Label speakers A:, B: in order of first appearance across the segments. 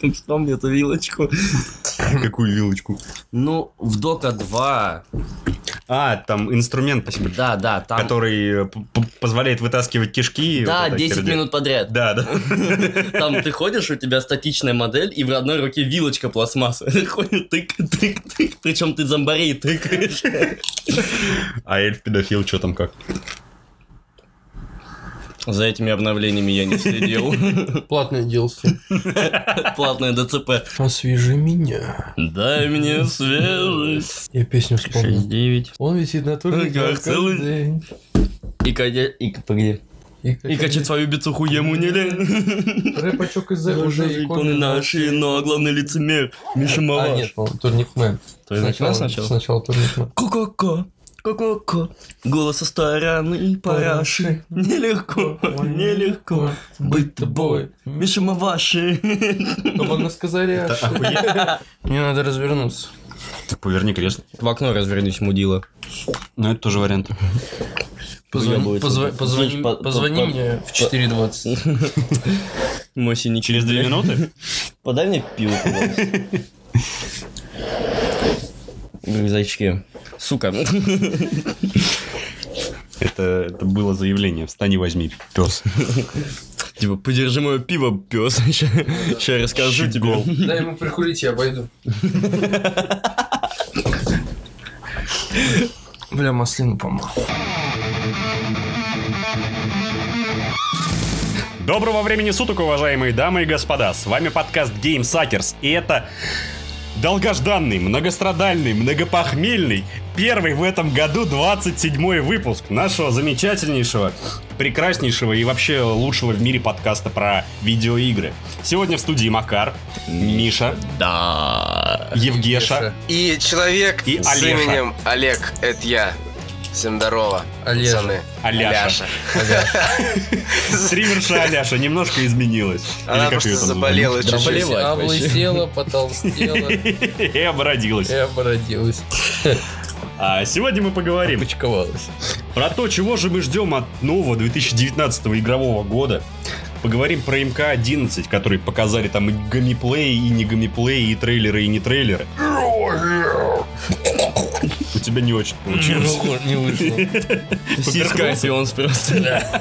A: Так что мне эту вилочку?
B: Какую вилочку?
A: Ну, в Дока 2,
B: А, там инструмент, спасибо,
A: да, да, там...
B: который э, п- п- позволяет вытаскивать кишки.
A: А. Да,
B: вот так
A: 10
B: перед-
A: минут подряд.
B: Да, да.
A: Там ты ходишь, у тебя статичная модель, и в одной руке вилочка пластмасса. Ходит тык, тык, тык. Причем ты зомбарей тыкаешь.
B: А эльф-педофил, что там как?
A: За этими обновлениями я не следил.
C: Платное DLC.
A: Платное ДЦП.
C: Освежи меня.
A: Дай мне свежесть.
C: Я песню вспомнил.
B: 6-9.
C: Он висит на турнике
A: Как
C: каждый
A: целый-
C: день.
A: И качать... И, погоди.
C: И
A: И качать свою бицуху ему не лень.
C: Рэпачок из
A: Уже
C: уже
A: иконы наши, но главный лицемер. Миша
C: А,
A: Малаш.
C: нет, по-моему, турникмен.
A: То есть начинай сначала?
C: Сначала турникмен.
A: Ку-ку-ку, ку-ку-ку, голос со стороны параши. Нелегко, нелегко быть тобой, Миша Маваши.
C: Оба сказали. Мне надо развернуться.
B: Поверни кресло.
A: В окно развернись, мудила.
B: Ну, это тоже вариант.
C: Позвони,
A: Выебывается.
C: позва- позвони,
A: Значит, по-
C: позвони
A: по-
C: мне в 4.20.
A: Мой синий
B: Через 2 минуты?
A: Подай мне пиво, пожалуйста. Рюкзачки. Сука.
B: Это, это было заявление. Встань и возьми, пес.
A: Типа, подержи мое пиво, пес. Сейчас я расскажу тебе.
C: Дай ему прикурить, я пойду. Бля, маслину помыл.
B: Доброго времени суток, уважаемые дамы и господа. С вами подкаст Game Suckers. И это долгожданный, многострадальный, многопохмельный, первый в этом году 27-й выпуск нашего замечательнейшего, прекраснейшего и вообще лучшего в мире подкаста про видеоигры. Сегодня в студии Макар, Миша,
A: Да.
B: Евгеша.
D: И человек
B: И
D: с
B: Олеша.
D: именем Олег, это я. Всем здорово,
C: Олежа.
D: пацаны.
B: Аляша. Стримерша Аляша немножко изменилась. Или
D: Она
B: как
D: просто
B: её там
D: заболела
A: Да,
D: чуть-чуть.
A: блевать вообще.
C: Облысела, потолстела
B: зовут? И обородилась.
C: и обородилась.
B: А сегодня мы поговорим
C: Почковалась.
B: Про то, чего же мы ждем от нового 2019 игрового года. Поговорим про МК-11, который показали там и геймплей, и не геймплей, и трейлеры, и не трейлеры. У тебя не очень получилось.
C: Не вышло.
A: Сиська Сионс просто.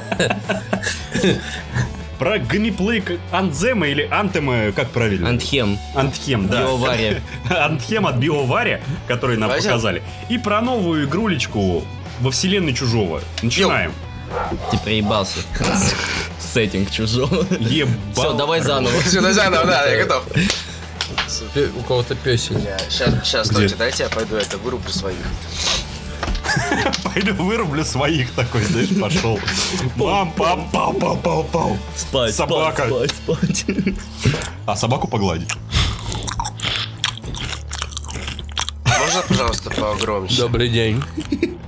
B: Про геймплей к- Анзема или Антема, как правильно?
A: Антхем.
B: Антхем, да.
A: Биовари.
B: Антхем от Биовари, который нам
D: Возьмем.
B: показали. И про новую игрулечку во вселенной Чужого. Начинаем.
A: Ты проебался. Сеттинг чужого.
B: Ебать.
A: Все, давай заново.
D: Все, да, заново, да, я готов.
C: Пе- У кого-то песен.
D: Сейчас, сейчас, стойте, дайте я пойду это вырублю своих.
B: Пойду вырублю своих такой, знаешь, пошел. Мам, пам, пау, пау, пау, пау.
A: Спать,
B: Собака.
A: спать, спать, спать.
B: А собаку погладить?
D: Можно, пожалуйста, погромче?
C: Добрый день,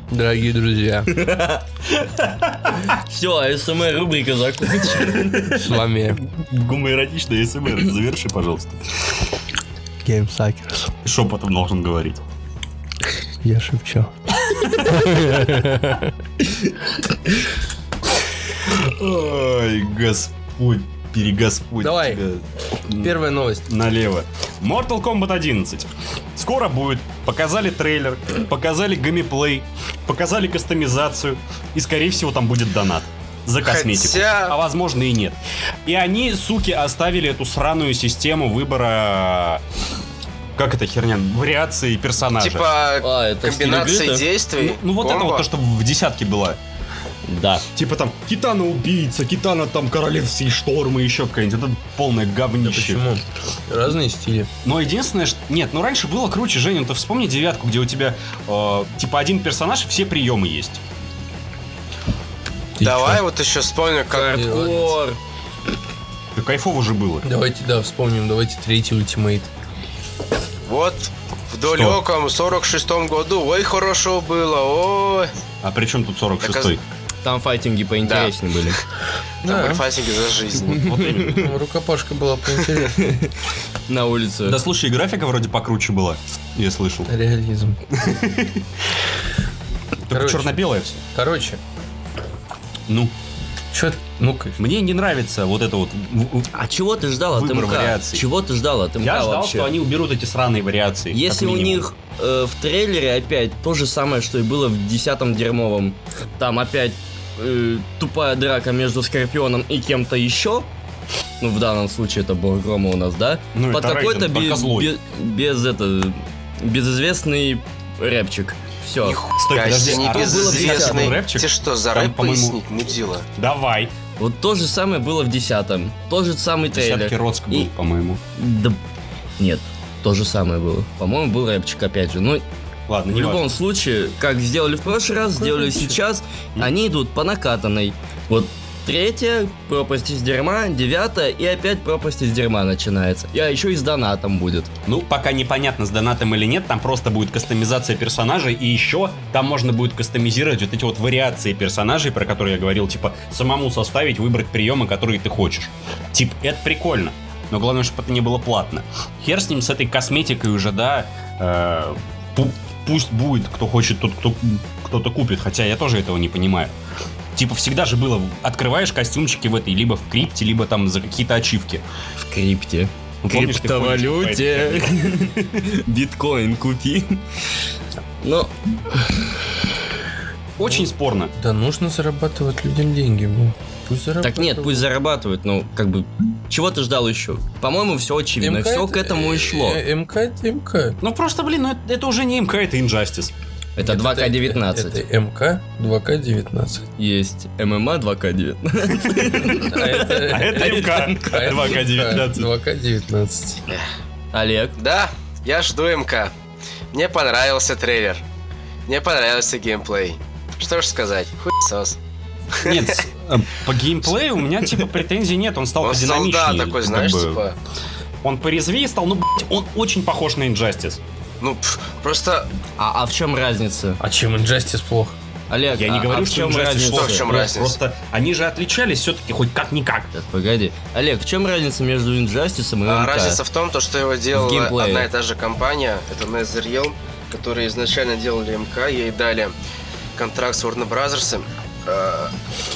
C: дорогие друзья.
A: Все, АСМР а рубрика закончена.
C: С вами
B: Гумоэротичная СМР. эм Заверши, пожалуйста.
C: Геймсакерс.
B: Шепотом должен говорить.
C: Я шепчу.
B: Ой, господь, перегосподь
C: Давай.
B: тебя.
C: Первая новость.
B: налево. Mortal Kombat 11. Скоро будет. Показали трейлер, показали геймплей, показали кастомизацию. И, скорее всего, там будет донат. За косметику.
D: Хотя-
B: А возможно и нет. И они, суки, оставили эту сраную систему выбора... Как это херня? Вариации персонажа.
D: Типа
A: А, это в стиле
D: комбинации
A: Грита?
B: Ну,
D: действий,
B: ну вот это
D: комбо.
B: вот то, что в десятке было.
A: Да.
B: Типа там Китана-убийца, Китана там королев всей штормы, еще какая-нибудь. Это полное
C: Да
B: говнище.
C: А почему? Разные стили.
B: Но единственное, что... Нет, ну раньше было круче, Женя, ну ты вспомни девятку, где у тебя э, типа один персонаж, и все приемы есть.
C: Ты
B: типа.
D: Давай вот еще вспомню, как...
A: Хардкор.
B: Да кайфово же было.
C: чё? Давайте, да, вспомним, давайте третий ультимейт.
D: Вот в далеком 46-м году, ой, хорошего было, ой.
B: А при чем тут 46-й?
A: Там файтинги поинтереснее были.
D: Там
C: Да.
D: были файтинги за жизнь.
B: Вот именно.
C: Ну, Рукопашка была поинтереснее.
A: На улице.
B: Да слушай, и графика вроде покруче была, я слышал.
C: Реализм.
B: Только
C: Короче.
B: черно-белое все.
C: Короче,
B: Ну,
C: Чё, ну-ка.
B: Мне не нравится вот это вот... в- в-
A: А чего ты ждал от
B: Выбор
A: МК?
B: вариаций.
A: Чего ты ждал от МК
B: Я ждал,
A: вообще?
B: что они уберут эти сраные вариации. как
A: Если у
B: минимум.
A: них э, в трейлере опять то же самое, что и было в десятом дерьмовом, там опять э, тупая драка между Скорпионом и кем-то еще, ну в данном случае это был Грома у нас, да?
B: Ну,
A: Под
B: это
A: какой-то
B: Рейден, под
A: бе-
B: козлой.
A: бе- без это безызвестный рэпчик. Все.
B: Стой, подожди, а
D: Костя,
B: раз было
D: небезызвестный.
B: десятый рэпчик,
D: Тебе что, за
B: там,
D: рэп
B: по-моему,
D: пояснить, мудила?
B: Давай.
A: Вот то же самое было в десятом. Тот же самый трейлер.
B: Десятки Роцк был,
A: И-
B: по-моему.
A: Да, нет, то же самое было. По-моему, был рэпчик опять же. Ну,
B: Ладно,
A: в
B: не
A: любом случае, как сделали в прошлый раз, сделали сейчас,
B: Мгм.
A: они идут по накатанной. Вот третья пропасть из дерьма, девятая, и опять пропасть из дерьма начинается. И, а еще и с донатом будет.
B: Ну, пока непонятно, с донатом или нет, там просто будет кастомизация персонажей, и еще там можно будет кастомизировать вот эти вот вариации персонажей, про которые я говорил, типа, самому составить, выбрать приемы, которые ты хочешь. Тип, это прикольно, но главное, чтобы это не было платно. Хер с ним, с этой косметикой уже, да, э, пу- пусть будет, кто хочет, тот, кто, кто-то купит, хотя я тоже этого не понимаю. Типа всегда же было, открываешь костюмчики в этой, либо в крипте, либо там за какие-то ачивки.
A: В крипте.
B: Ну, помнишь, ты ходишь по этой
A: Криптовалюте. Биткоин купи. Ну,
B: Очень спорно.
C: Да нужно зарабатывать людям деньги, ну. Пусть зарабатывают.
A: так нет, пусть зарабатывают, ну, как бы, чего ты ждал еще? По-моему, все очевидно,
C: МК
A: все
C: это-
A: к этому и шло.
C: э, МК это МК.
B: Ну просто, блин, ну это, это уже не МК, это Injustice.
A: Это 2К19.
C: Это МК 2К19.
A: Есть ММА 2К19.
C: А
B: А это МК. 2К19.
C: 2К19.
A: Олег,
D: Да, я жду МК. Мне понравился трейлер. Мне понравился геймплей. Что ж сказать, хуй сос.
B: Нет, с- э, по геймплею у меня типа претензий нет, он стал
D: Он солдат
B: подинамичнее.
D: такой,
B: как
D: знаешь,
B: бы.
D: типа...
B: Он порезвее стал, ну, блядь, он очень похож на Injustice.
D: Ну, пф, просто
A: а, а в чем разница?
C: А чем Injustice плохо?
A: Олег,
B: Я не
A: а-
B: говорю,
A: а в
B: что
A: чем
B: Injustice
A: разница?
B: плохо.
D: В чем
B: Нет,
D: разница?
B: Просто они же отличались все-таки хоть как-никак.
A: Сейчас, погоди. Олег, в чем разница между Инжастисом и
D: а,
A: МК?
D: разница в том, то, что его делала
A: В геймплее.
D: одна и та же компания, это Netherrealm, которые изначально делали МК, ей дали контракт с Warner Brothers. э,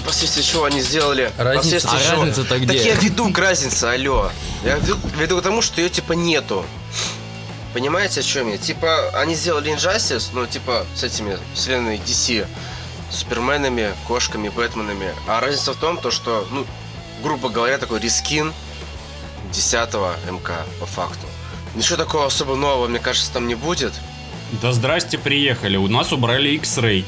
D: Впоследствии чего они сделали?
C: Разница-
D: Впоследствии
A: А
D: чего?
A: разница-то
D: Так
A: где?
D: я веду к разнице, алло. Я веду, веду к тому, что ее типа нету. Понимаете, о чем я? Типа, они сделали Injustice, ну, типа, с этими вселенной DC, суперменами, кошками, бэтменами. А разница в том, то, что, ну, грубо говоря, такой рискин 10 МК, по факту. Ничего такого особо нового, мне кажется, там не будет.
B: Да здрасте, приехали. У нас убрали X-Ray.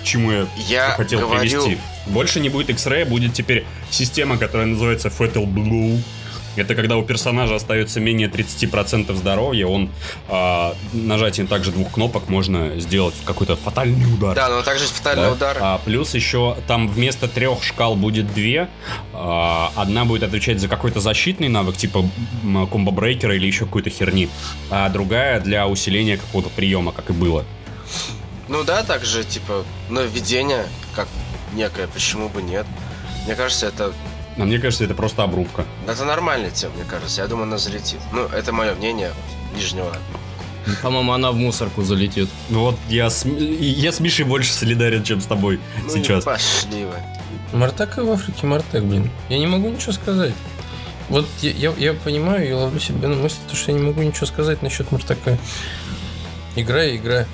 B: К чему я
D: Я
B: хотел
D: говорю-
B: привести. Больше не будет X-Ray, а будет теперь система, которая называется Fatal Blue. Это когда у персонажа остается менее 30% здоровья, он а, нажатием также двух кнопок можно сделать какой-то фатальный удар.
D: Да, но также фатальный
B: Да.
D: удар.
B: А, плюс еще там вместо трех шкал будет две. А, одна будет отвечать за какой-то защитный навык, типа м, комбо-брейкера или еще какой-то херни. А другая для усиления какого-то приема, как и было.
D: Ну да, также, типа, нововведение, как некое, почему бы нет. Мне кажется, это
B: Но А мне кажется, это просто обрубка.
D: Это нормальная тема, мне кажется. Я думаю, она залетит. Ну, это мое мнение нижнего.
A: По-моему, она в мусорку залетит.
B: Ну вот я с, я с Мишей больше солидарен, чем с тобой
D: Ну,
B: сейчас.
D: пошли вы.
C: Мартак и в Африке Мартак, блин. Я не могу ничего сказать. Вот я, я, я понимаю, я ловлю себя на мысли, то, что я не могу ничего сказать насчет Мартака. Игра и игра.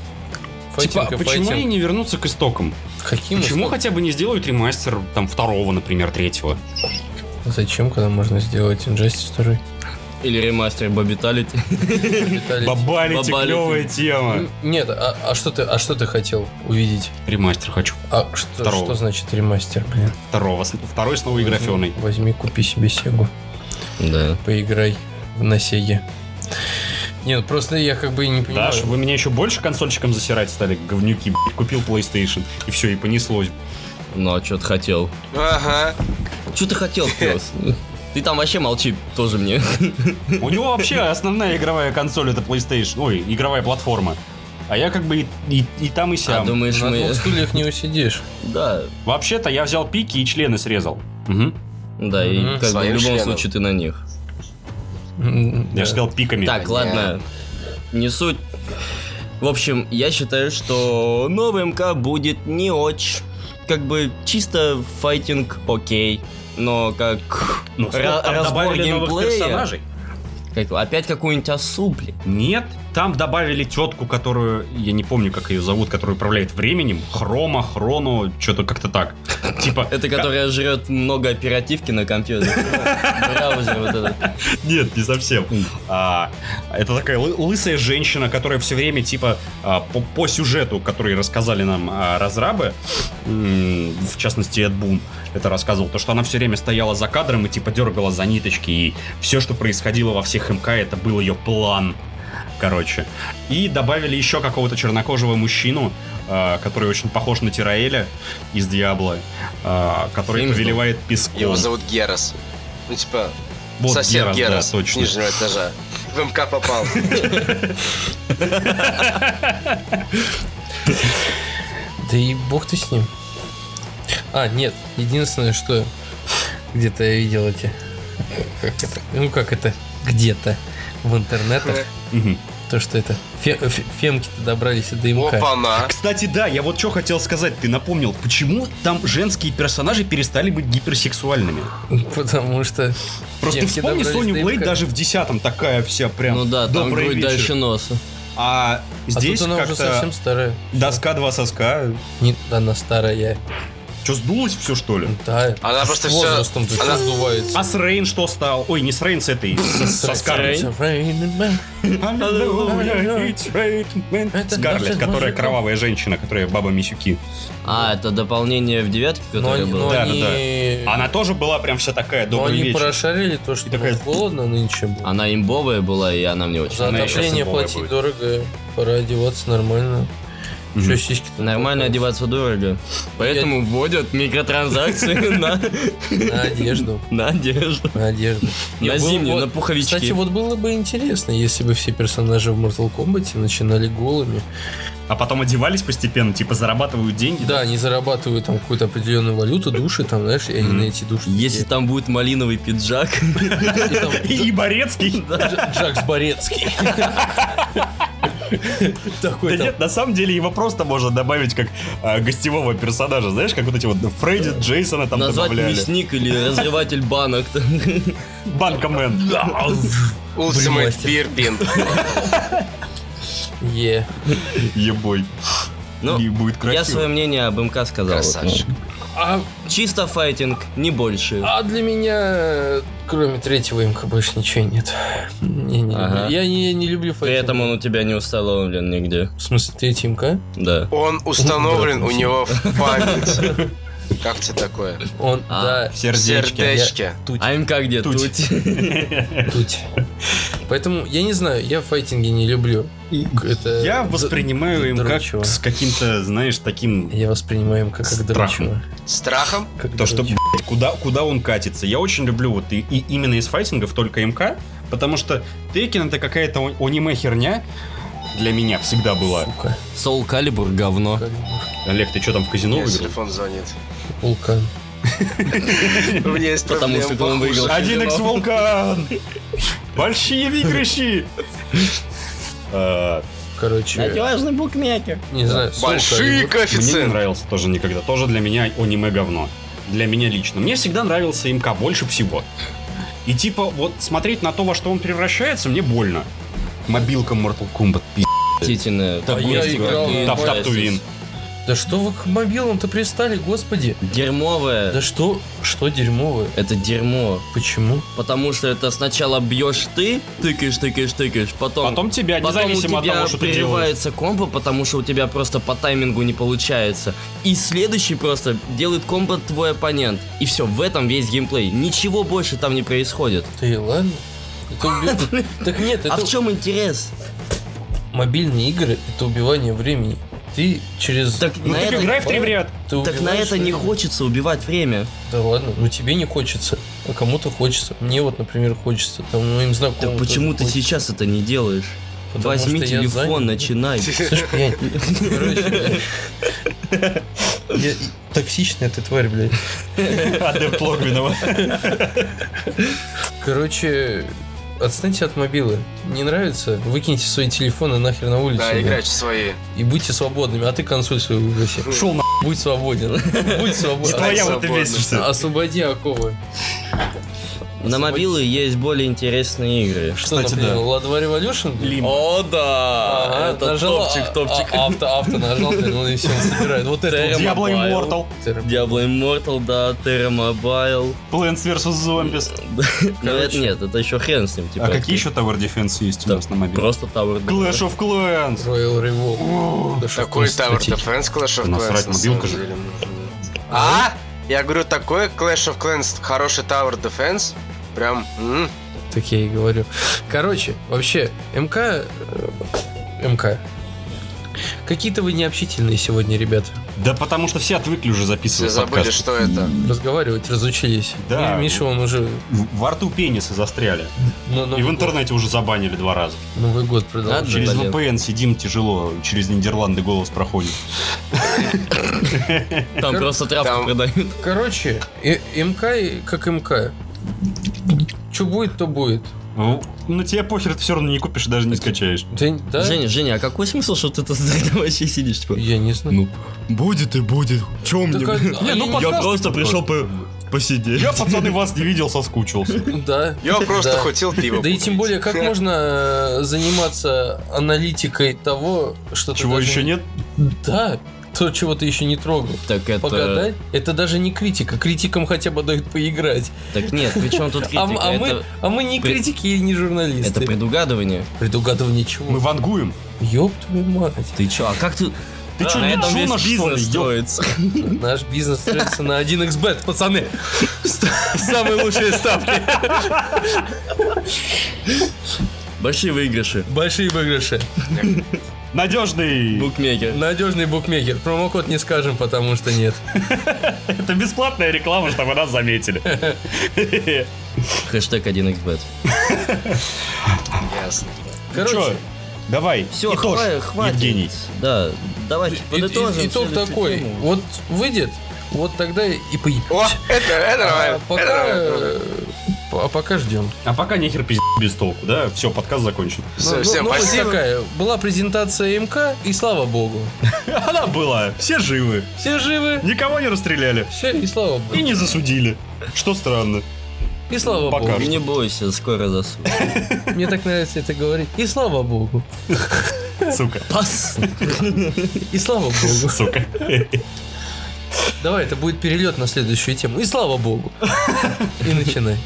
B: Типа,
C: Файтинг и
B: почему они
C: файтинг.
B: не вернутся к истокам?
C: Каким
B: почему
C: истокам?
B: хотя бы не сделают ремастер там второго, например, третьего?
C: Зачем, когда можно сделать Injustice 2?
A: Или ремастер Бобби Талити.
C: Виталий.
B: Бабалите,
A: Бабалите.
B: клевая тема.
C: М, Нет, а, а что ты, а что ты хотел увидеть?
B: Ремастер хочу.
C: А что,
B: Второго.
C: что значит ремастер, блин?
B: Второго. с- Второй с новой графеной.
C: Возьми, купи себе Сегу.
A: Да.
C: Поиграй в на Сеге. Нет, просто я как бы и не понимаю.
B: Даш, вы меня еще больше консольщиком засирать стали, говнюки, блядь. Купил PlayStation, и все, и понеслось.
A: Ну, а что ты хотел?
D: Ага.
A: Что ты хотел, пес? Ты там вообще молчи тоже мне.
B: У него вообще основная игровая консоль это PlayStation, ой, игровая платформа. А я как бы и, и- и там, и
A: А
B: сям.
A: думаешь,
C: На
A: мы...
C: двух стульях не усидишь.
A: Да,
B: Вообще-то я взял пики и члены срезал. Мгм.
A: да, и
C: Мгм.
A: как бы в
D: Своим
A: любом
D: членом.
A: случае ты на них.
C: М,
B: Я
C: да.
B: же сказал пиками.
A: Так, ладно. Не суть. В общем, я считаю, что новый МК будет не очень как бы чисто файтинг, окей. Но как...
B: Ну, стоп,
A: Ра-
B: там
A: разбор
B: добавили новых
A: геймплея?
B: персонажей.
A: как- опять какую-нибудь осу, блин.
B: Нет, там добавили тетку, которую, я не помню, как ее зовут, которая управляет временем, Хрома, Хрону, что-то как-то так. Типа,
A: Это которая жрет много оперативки на компьютере. Браузер вот этот.
B: Нет, не совсем. А, это такая лы- лысая женщина, которая все время, типа, а, по, по сюжету, который рассказали нам а, разрабы, м, в частности, Эд Бун это рассказывал, то, что она все время стояла за кадром и, типа, дергала за ниточки, и все, что происходило во всех МК, это был ее план. Короче. И добавили еще какого-то чернокожего мужчину, а, который очень похож на Тираэля из Диабло, а, который
A: Фильм жду.
B: повелевает песком.
D: Его зовут Герас. Ну, типа,
B: Вот
D: сосед
B: Герас,
D: Герас,
B: да, точно.
D: нижнего этажа. В МК попал.
C: Да и бог ты с ним. А, нет, единственное, что где-то я видел эти... Как это? Ну как это? Где-то в интернетах.
B: Мгм.
C: То, что это... фе- фе- Фемки-то добрались и до МК.
D: Опа-на.
B: Кстати, да, я вот что хотел сказать, ты напомнил, почему там женские персонажи перестали быть гиперсексуальными?
C: Потому что...
B: Просто
C: Фемки
B: вспомни
C: добрались
B: Соню
C: до
B: Блейд
C: МК.
B: даже в десятом такая вся прям.
A: Ну да, там
B: «Добрый
A: грудь
B: вечер».
A: дальше носа.
B: А
C: А
B: здесь
C: тут она уже
B: как-то
C: совсем старая.
B: доска два соска.
C: Нет, она старая.
B: Что, сдулось все что ли?
C: Да.
D: Она просто
C: с
D: всё-
C: возрастом ты
D: она-
C: всё сдувается.
B: А с Рейн что стал? Ой, не с Рейн, с этой, с- со Скарлетт. Hallelujah, it's Рейн.
C: Это
B: Скарлетт,
C: даже
B: которая
C: мужиков.
B: кровавая женщина, которая баба Мисюки.
A: А, это дополнение в девятке,
C: Но
A: которое
C: они- но
A: было?
B: Да, да,
C: они-
B: Она тоже была прям вся такая,
C: но
B: добрый
C: они
B: вечер.
C: прошарили то, что
B: И такая-
C: холодно нынче было.
A: Она имбовая была, и она мне очень...
C: За
B: она и щас
C: отопление
B: имбовая
C: платить
B: будет.
C: дорого, пора одеваться нормально.
B: Мгм.
C: Что сиськи
A: Нормально одеваться дорого. Поэтому вводят микротранзакции на...
C: На одежду.
A: На одежду.
C: На одежду.
A: На
C: Не, было-
A: зимнюю,
C: вот-
A: на пуховички.
C: Кстати, вот было бы интересно, если бы все персонажи в Mortal Kombat начинали голыми.
B: А потом одевались постепенно, типа зарабатывают деньги.
C: Да, они зарабатывают там какую-то определенную валюту, души там, знаешь, и они
B: Мгм.
C: на эти души.
A: Если там будет малиновый пиджак,
C: И там
B: И и Борецкий.
C: Дж- Джакс Борецкий. Такой
B: Да
C: там.
B: нет, на самом деле его просто можно добавить как а, гостевого персонажа, знаешь, как вот эти вот Фредди, Джейсона там
A: назвать
B: добавляли.
A: мясник или разрыватель банок. там.
B: Банкомен.
D: Ultimate
C: Блин,
D: Beer Pint.
C: Е.
B: Ебой.
A: Ну,
B: И будет
A: Я
B: красиво.
A: свое мнение об МК сказал.
D: Красавчик.
B: ну.
C: А,
A: Чисто файтинг, не больше.
C: а для меня, э, кроме третьего имка, больше ничего нет. Я не
A: Ага.
C: люблю. Я не, не люблю
A: При
C: файтинг.
A: этом он у тебя не установлен нигде.
C: В смысле, третий а? имка?
A: Да.
D: Он установлен
C: брат,
D: у него в память. Как тебе такое?
C: Он,
A: А,
C: да,
B: Сердечки.
C: сердечки.
D: Сердечки.
C: тут,
A: А МК где?
B: Тут.
A: Тут.
C: тут. Поэтому, я не знаю, я файтинги не люблю. Это-
B: Я
C: д-
B: воспринимаю им как
C: дрочево.
B: с каким-то, знаешь, таким...
C: Я воспринимаю имка как
B: Страхом.
C: дрочево.
D: Страхом?
C: Как
B: То, что,
C: дрочево.
B: блядь, куда, куда он катится. Я очень люблю вот и, и именно из файтингов только МК, потому что Текин это какая-то о- аниме-херня для меня всегда была.
C: Сука.
A: Сол Калибур говно.
C: Как бы.
B: Олег, ты что там в казино
D: Мне
B: Ну, выиграл?
D: телефон звонит.
C: Вулкан.
D: У меня есть
A: Потому
D: проблема
A: что он
D: похуже.
A: выиграл.
B: Один
A: Казино.
B: икс вулкан! Большие вигрыши! Э,
C: Короче,
A: важный букмекер.
C: не знаю. Soul
D: Большие
C: Calibur.
B: Мне не
D: коэффициенты.
B: нравился тоже никогда. Тоже для меня аниме говно. Для меня лично. Мне всегда нравился МК больше всего. И типа вот смотреть на то, во что он превращается, мне больно. Мобилка Mortal Kombat, пи***.
A: Титина.
C: А я играл на
B: Тап Тап
C: Biosys.
B: Туин.
C: Да что вы к мобилам-то пристали, господи?
A: Дерьмовая.
C: Да что, что дерьмовое?
A: Это дерьмо.
C: Почему?
A: Потому что это сначала бьешь ты, тыкаешь, тыкаешь, тыкаешь, потом...
B: Потом тебя,
A: Потом у
B: независимо от
A: тебя
B: того, что ты делаешь.
A: прерывается комбо, потому что у тебя просто по таймингу не получается. И следующий просто делает комбо твой оппонент. И все, в этом весь геймплей. Ничего больше там не происходит.
C: Да и ладно. Это уби- Так нет, это
A: А в чем интерес?
C: мобильные игры, это убивание времени. Ты через...
A: Так
B: Ну
A: на
B: так
A: это,
B: играй в три в ряд.
C: ты
A: так на
C: убиваешь
A: это не
C: время.
A: хочется убивать время.
C: Да ладно, ну тебе не хочется, а кому-то хочется. Мне вот, например, хочется, там ну, моим знакомым...
A: Так
C: тоже
A: почему ты
C: хочется.
A: сейчас это не делаешь?
C: Потому
A: Возьми
C: что я занят.
A: телефон, начинай.
C: Слышь, блядь, короче, блядь. Я- Токсичная ты тварь, блядь.
B: Адепт Логвинова.
C: Короче, отстаньте от мобилы. Не нравится? Выкиньте свои телефоны нахер на улицу.
D: Да,
C: блин.
D: играйте свои.
C: И будьте свободными. А ты консоль свою выброси.
B: Шел на
C: Будь свободен. Будь
B: не
C: свободен.
B: твоя, вот ты
D: свободно.
B: бесишься.
C: Освободи оковы.
A: На мобилы есть более интересные игры.
C: Что
B: Кстати,
C: там, блин,
B: да.
C: Ладва Revolution? блин?
B: Лим.
A: О, да!
C: Ага,
A: э, это
C: нажал,
A: топчик,
C: а-
A: топчик.
C: а- Авто, авто нажал, блин, он и все собирает. Вот это
A: Терра
B: Diablo
A: Mobile.
B: Immortal,
C: вот.
A: Diablo Immortal, да, Terra Mobile.
B: Plants vs. Zombies.
A: Но Ну, это
C: Короче.
A: нет, это еще хрен с ним, типа.
B: А какие еще Tower Defense есть у
A: Да,
B: нас на мобиле?
A: Просто Tower
B: Clash of Clans.
C: Royal Revolt.
B: О,
C: Да что
D: Такой
C: там
D: Tower
C: статики.
D: Defense
B: Да
D: Clash of Clans.
B: насрать,
D: на
B: мобилка
D: самом
B: же.
D: деле. А? Я говорю, такой Clash of Clans, хороший Tower Defense. Прям, м,
C: Так я и говорю. Короче, вообще, МК... э, МК. Какие-то вы необщительные сегодня, ребята.
B: Да потому что все отвыкли уже
D: все
B: записывать
D: забыли,
B: подкаст.
D: что это.
C: Разговаривать разучились.
B: Да.
C: Ми- Миша, он уже...
B: В- Во рту пенисы застряли.
C: но-
B: И
C: Новый
B: в
C: год-
B: интернете уже забанили два раза.
C: Новый год продолжил.
A: Надо же,
B: Через
A: блин.
B: VPN сидим тяжело, через Нидерланды голос проходит.
A: Там просто травку
D: Там-
A: продают.
C: Короче, э, МК и- как МК. Что будет, то будет.
B: Ну, на тебе похер, ты все равно не купишь и даже не скачаешь.
C: Да, н- да?
A: Женя, Женя, а какой смысл, что ты тут вообще сидишь, типа?
C: Я не знаю.
A: будет и будет. Чем
C: Так, а- а я не-
A: Я просто пришел по... посидеть.
B: Я, пацаны, вас не видел, соскучился.
C: Да.
D: Я просто
C: Да.
D: хотел пиво.
C: Да и тем
D: купить.
C: более, как можно э, заниматься аналитикой того, что ты
B: Чего
C: даже
B: еще
C: не-
B: нет?
C: Да, то, чего ты еще не трогал.
A: Так это...
C: Погадать? Это даже не критика. Критикам хотя бы дают поиграть.
A: Так нет, при чем тут критика?
C: а, м- а мы,
A: Это-
C: а мы не
A: При-
C: критики и не журналисты.
A: Это предугадывание.
C: Предугадывание чего?
B: Мы вангуем.
C: Ёб твою мать.
A: Ты чё, а как ты...
B: Ты чё,
A: на
B: не
A: этом
B: Джуна,
A: весь
B: что ли?
A: бизнес
B: Ёп.
A: строится.
C: Наш бизнес строится на 1xbet, пацаны. Ст- Самые лучшие ставки.
A: Большие выигрыши.
C: Большие выигрыши.
B: Надежный.
A: Букмекер.
C: Надежный букмекер. Промокод не скажем, потому что нет.
B: Это бесплатная реклама, чтобы нас заметили.
A: Хэштег 1xbet.
D: Ясно.
C: Короче,
B: Короче, давай.
A: Все,
B: итож,
A: хватит.
B: Евгений.
A: Да, давайте
C: и- и-
A: подытожим.
C: итог
A: следующую
C: такой.
A: тему.
C: Вот выйдет, вот тогда и
D: О,
C: поебать.
D: это, это нормально. это
C: А, пока,
D: нормально.
C: э, а пока ждем.
B: А пока нехер пиздец без толку, да? Все, подкаст закончен.
D: Всё,
C: Ну,
D: всем
C: ну, новость
D: спасибо.
C: такая. Была презентация МК, и слава богу.
B: Она была. Все живы.
C: Все живы,
B: Никого не расстреляли.
C: все, и слава
B: И
C: богу.
B: не засудили. Что странно.
C: И слава
B: Пока.
C: богу.
A: Не бойся, скоро засу.
C: Мне так нравится это говорить. И слава богу.
B: Сука.
A: Пас!
C: И слава богу.
B: Сука.
C: Давай, это будет перелет на следующую тему. И слава богу. И начинай.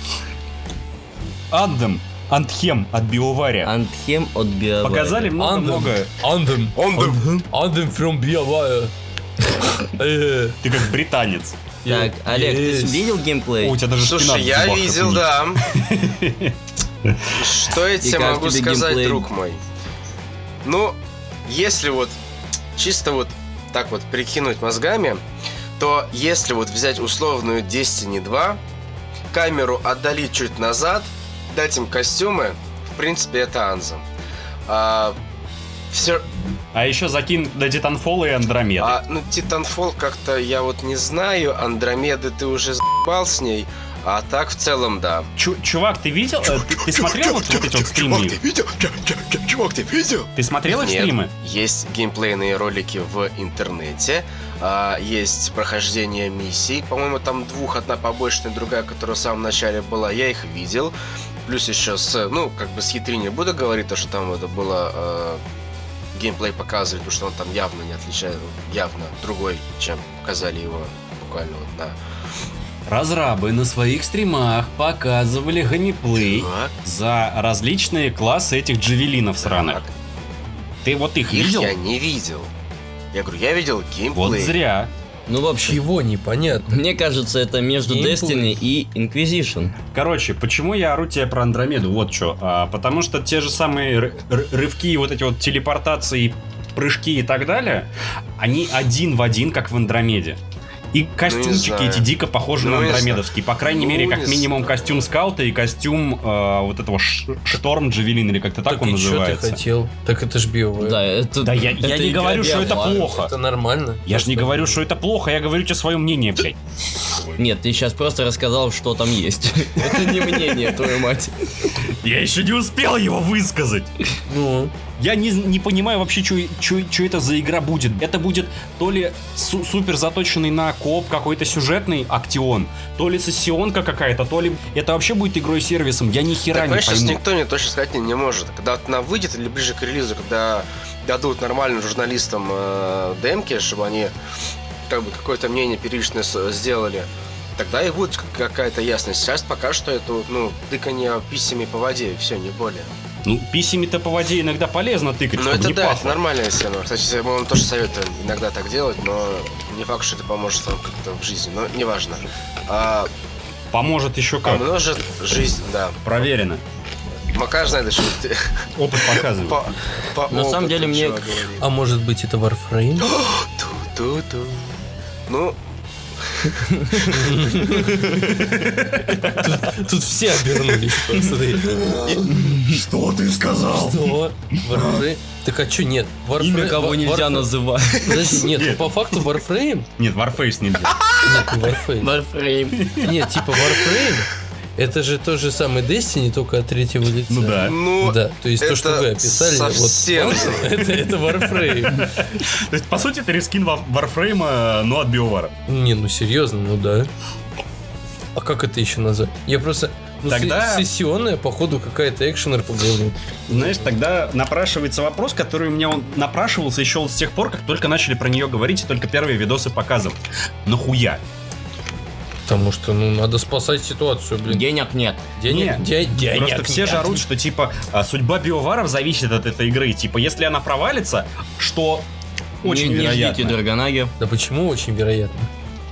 B: Андем. Антхем от Биовария.
A: Антхем от Биовара.
B: Показали много-много.
C: Андем.
D: Он
C: Андем from Биовая. Э,
B: Ты как британец.
A: Так, Олег, ты
C: Есть.
A: видел
B: О,
A: геймплей?
B: у тебя даже спина
D: Слушай,
B: в
D: я
B: зубах,
D: видел,
B: охренеть.
D: да. Что я
A: И
D: тебе
A: как
D: могу
A: тебе
D: сказать,
A: геймплей?
D: друг мой? Ну, если вот чисто вот так вот прикинуть мозгами, то если вот взять условную Destiny 2, камеру отдалить чуть назад, дать им костюмы, в принципе, это Анза. А, все,
B: А еще закинь до Титанфола и Андромеды.
D: А, ну, Титанфол как-то я вот не знаю. Андромеды ты уже заебал с ней. А так в целом, да.
B: Чу- чувак, ты видел? э, ты, ты смотрел вот, вот эти вот стримы?
D: видел? Чувак, ты видел?
B: Ты смотрел их
D: Нет.
B: стримы?
D: Есть геймплейные ролики в интернете. а, есть прохождение миссий. По-моему, там двух. Одна побочная, другая, которая в самом начале была. Я их видел. Плюс еще с... Ну, как бы с хитри не буду говорить, то, что там это было... э, геймплей показывали, потому что он там явно не отличается, явно другой, чем показали его буквально вот на
B: Разрабы на своих стримах показывали ганиплей
D: Так,
B: за различные классы этих джавелинов сраных.
D: так.
B: Ты вот их
D: Их
B: видел?
D: я не видел. Я говорю, я видел геймплей.
B: Вот зря.
A: Ну, в общем,
C: Чего непонятно.
A: мне кажется, это между
C: Геймплей.
A: Destiny и Inquisition.
B: Короче, почему я ору тебе про Андромеду? Вот что. потому что те же самые ры- ры- рывки, вот эти вот телепортации, прыжки и так далее, они один в один, как в Андромеде. И костюмчики
D: знаю.
B: эти дико похожи на
D: Ну, не
B: Андромедовские. По крайней
D: Ну,
B: мере,
D: не
B: как минимум
D: знаю.
B: костюм скаута и костюм э, вот этого ш- шторм джавелин, или как-то так, он
C: и чё ты
B: называется.
C: хотел? Так это ж биовая.
A: Да, это...
B: Да я, я
A: это
B: не
A: игра
B: говорю, что это
A: Биовара.
B: плохо.
C: Это нормально.
B: Я же не говорю, что это плохо, я говорю тебе свое мнение, блядь.
A: Нет, ты сейчас просто рассказал, что там есть. Это не мнение, твою мать.
B: Я еще не успел его высказать.
C: Ну,
B: Я не, не понимаю вообще, что это за игра будет. Это будет то ли су- супер заточенный на коп какой-то сюжетный актион, то ли сессионка какая-то, то ли это вообще будет игрой сервисом. Я ни хера
D: Так,
B: не
D: понимаешь, сейчас
B: пойму.
D: никто не точно сказать не, не может. Когда она выйдет или ближе к релизу, когда дадут нормальным журналистам э, демки, чтобы они как бы какое-то мнение первичное с- сделали, тогда и будет к- какая-то ясность. Сейчас пока что это вот, ну, тыканье писями по воде, и все, не более.
B: Ну, писями-то по воде иногда полезно тыкать,
D: Ну
B: чтобы
D: это
B: не
D: да, это
B: пахло.
D: нормальная тема. Кстати, мы вам тоже советуем иногда так делать, но не факт, что это поможет вам как-то в жизни, но неважно. А,
B: Поможет еще как.
D: помножит жизнь, да.
B: Проверено.
D: Макар знает, что ты
B: Опыт показывает.
D: по, по
A: На самом
D: опыту
A: деле мне-
D: чувак говорит.
C: а может быть это Warframe?
D: Ту-ту-ту. Ну,
C: Тут все обернулись, посмотри.
B: Что ты сказал?
C: Что? Warframe? Так а что нет? Warframe-
A: Имя кого
C: War-
A: нельзя
C: Warframe-
A: называть.
C: Подожди,
B: Нет.
C: нет, ну, по факту Warframe?
B: Нет, Warface нельзя.
C: Нет, не Warframe.
A: Warframe.
C: Нет, типа Warframe, это же тот же самый Destiny, только от третьего лица.
B: Ну да.
D: ну,
C: Да, то есть то, что
D: это
C: вы описали,
D: совсем.
C: вот это, это Warframe.
B: То есть, по сути, это рескин Вар- Warframe, э, но от Биовара.
C: Не, ну серьезно, ну да. А как это еще назвать? Я просто... Ну, се-
B: Тогда-
C: сессионная, походу, какая-то экшен РПГ. блин.
B: Знаешь, тогда напрашивается вопрос, который у меня он напрашивался еще вот с тех пор, как только начали про нее говорить и только первые видосы показывать. Нахуя?
C: Потому что, ну, надо спасать ситуацию, блин.
A: Денег нет.
C: Денег,
B: Не.
C: де- денег
B: Просто все
C: нет.
B: же орут, что типа а, судьба биоваров зависит от этой игры. Типа, если она провалится, что очень
A: не, не
B: вероятно.
A: ждите Драгонаги.
C: Да почему очень вероятно?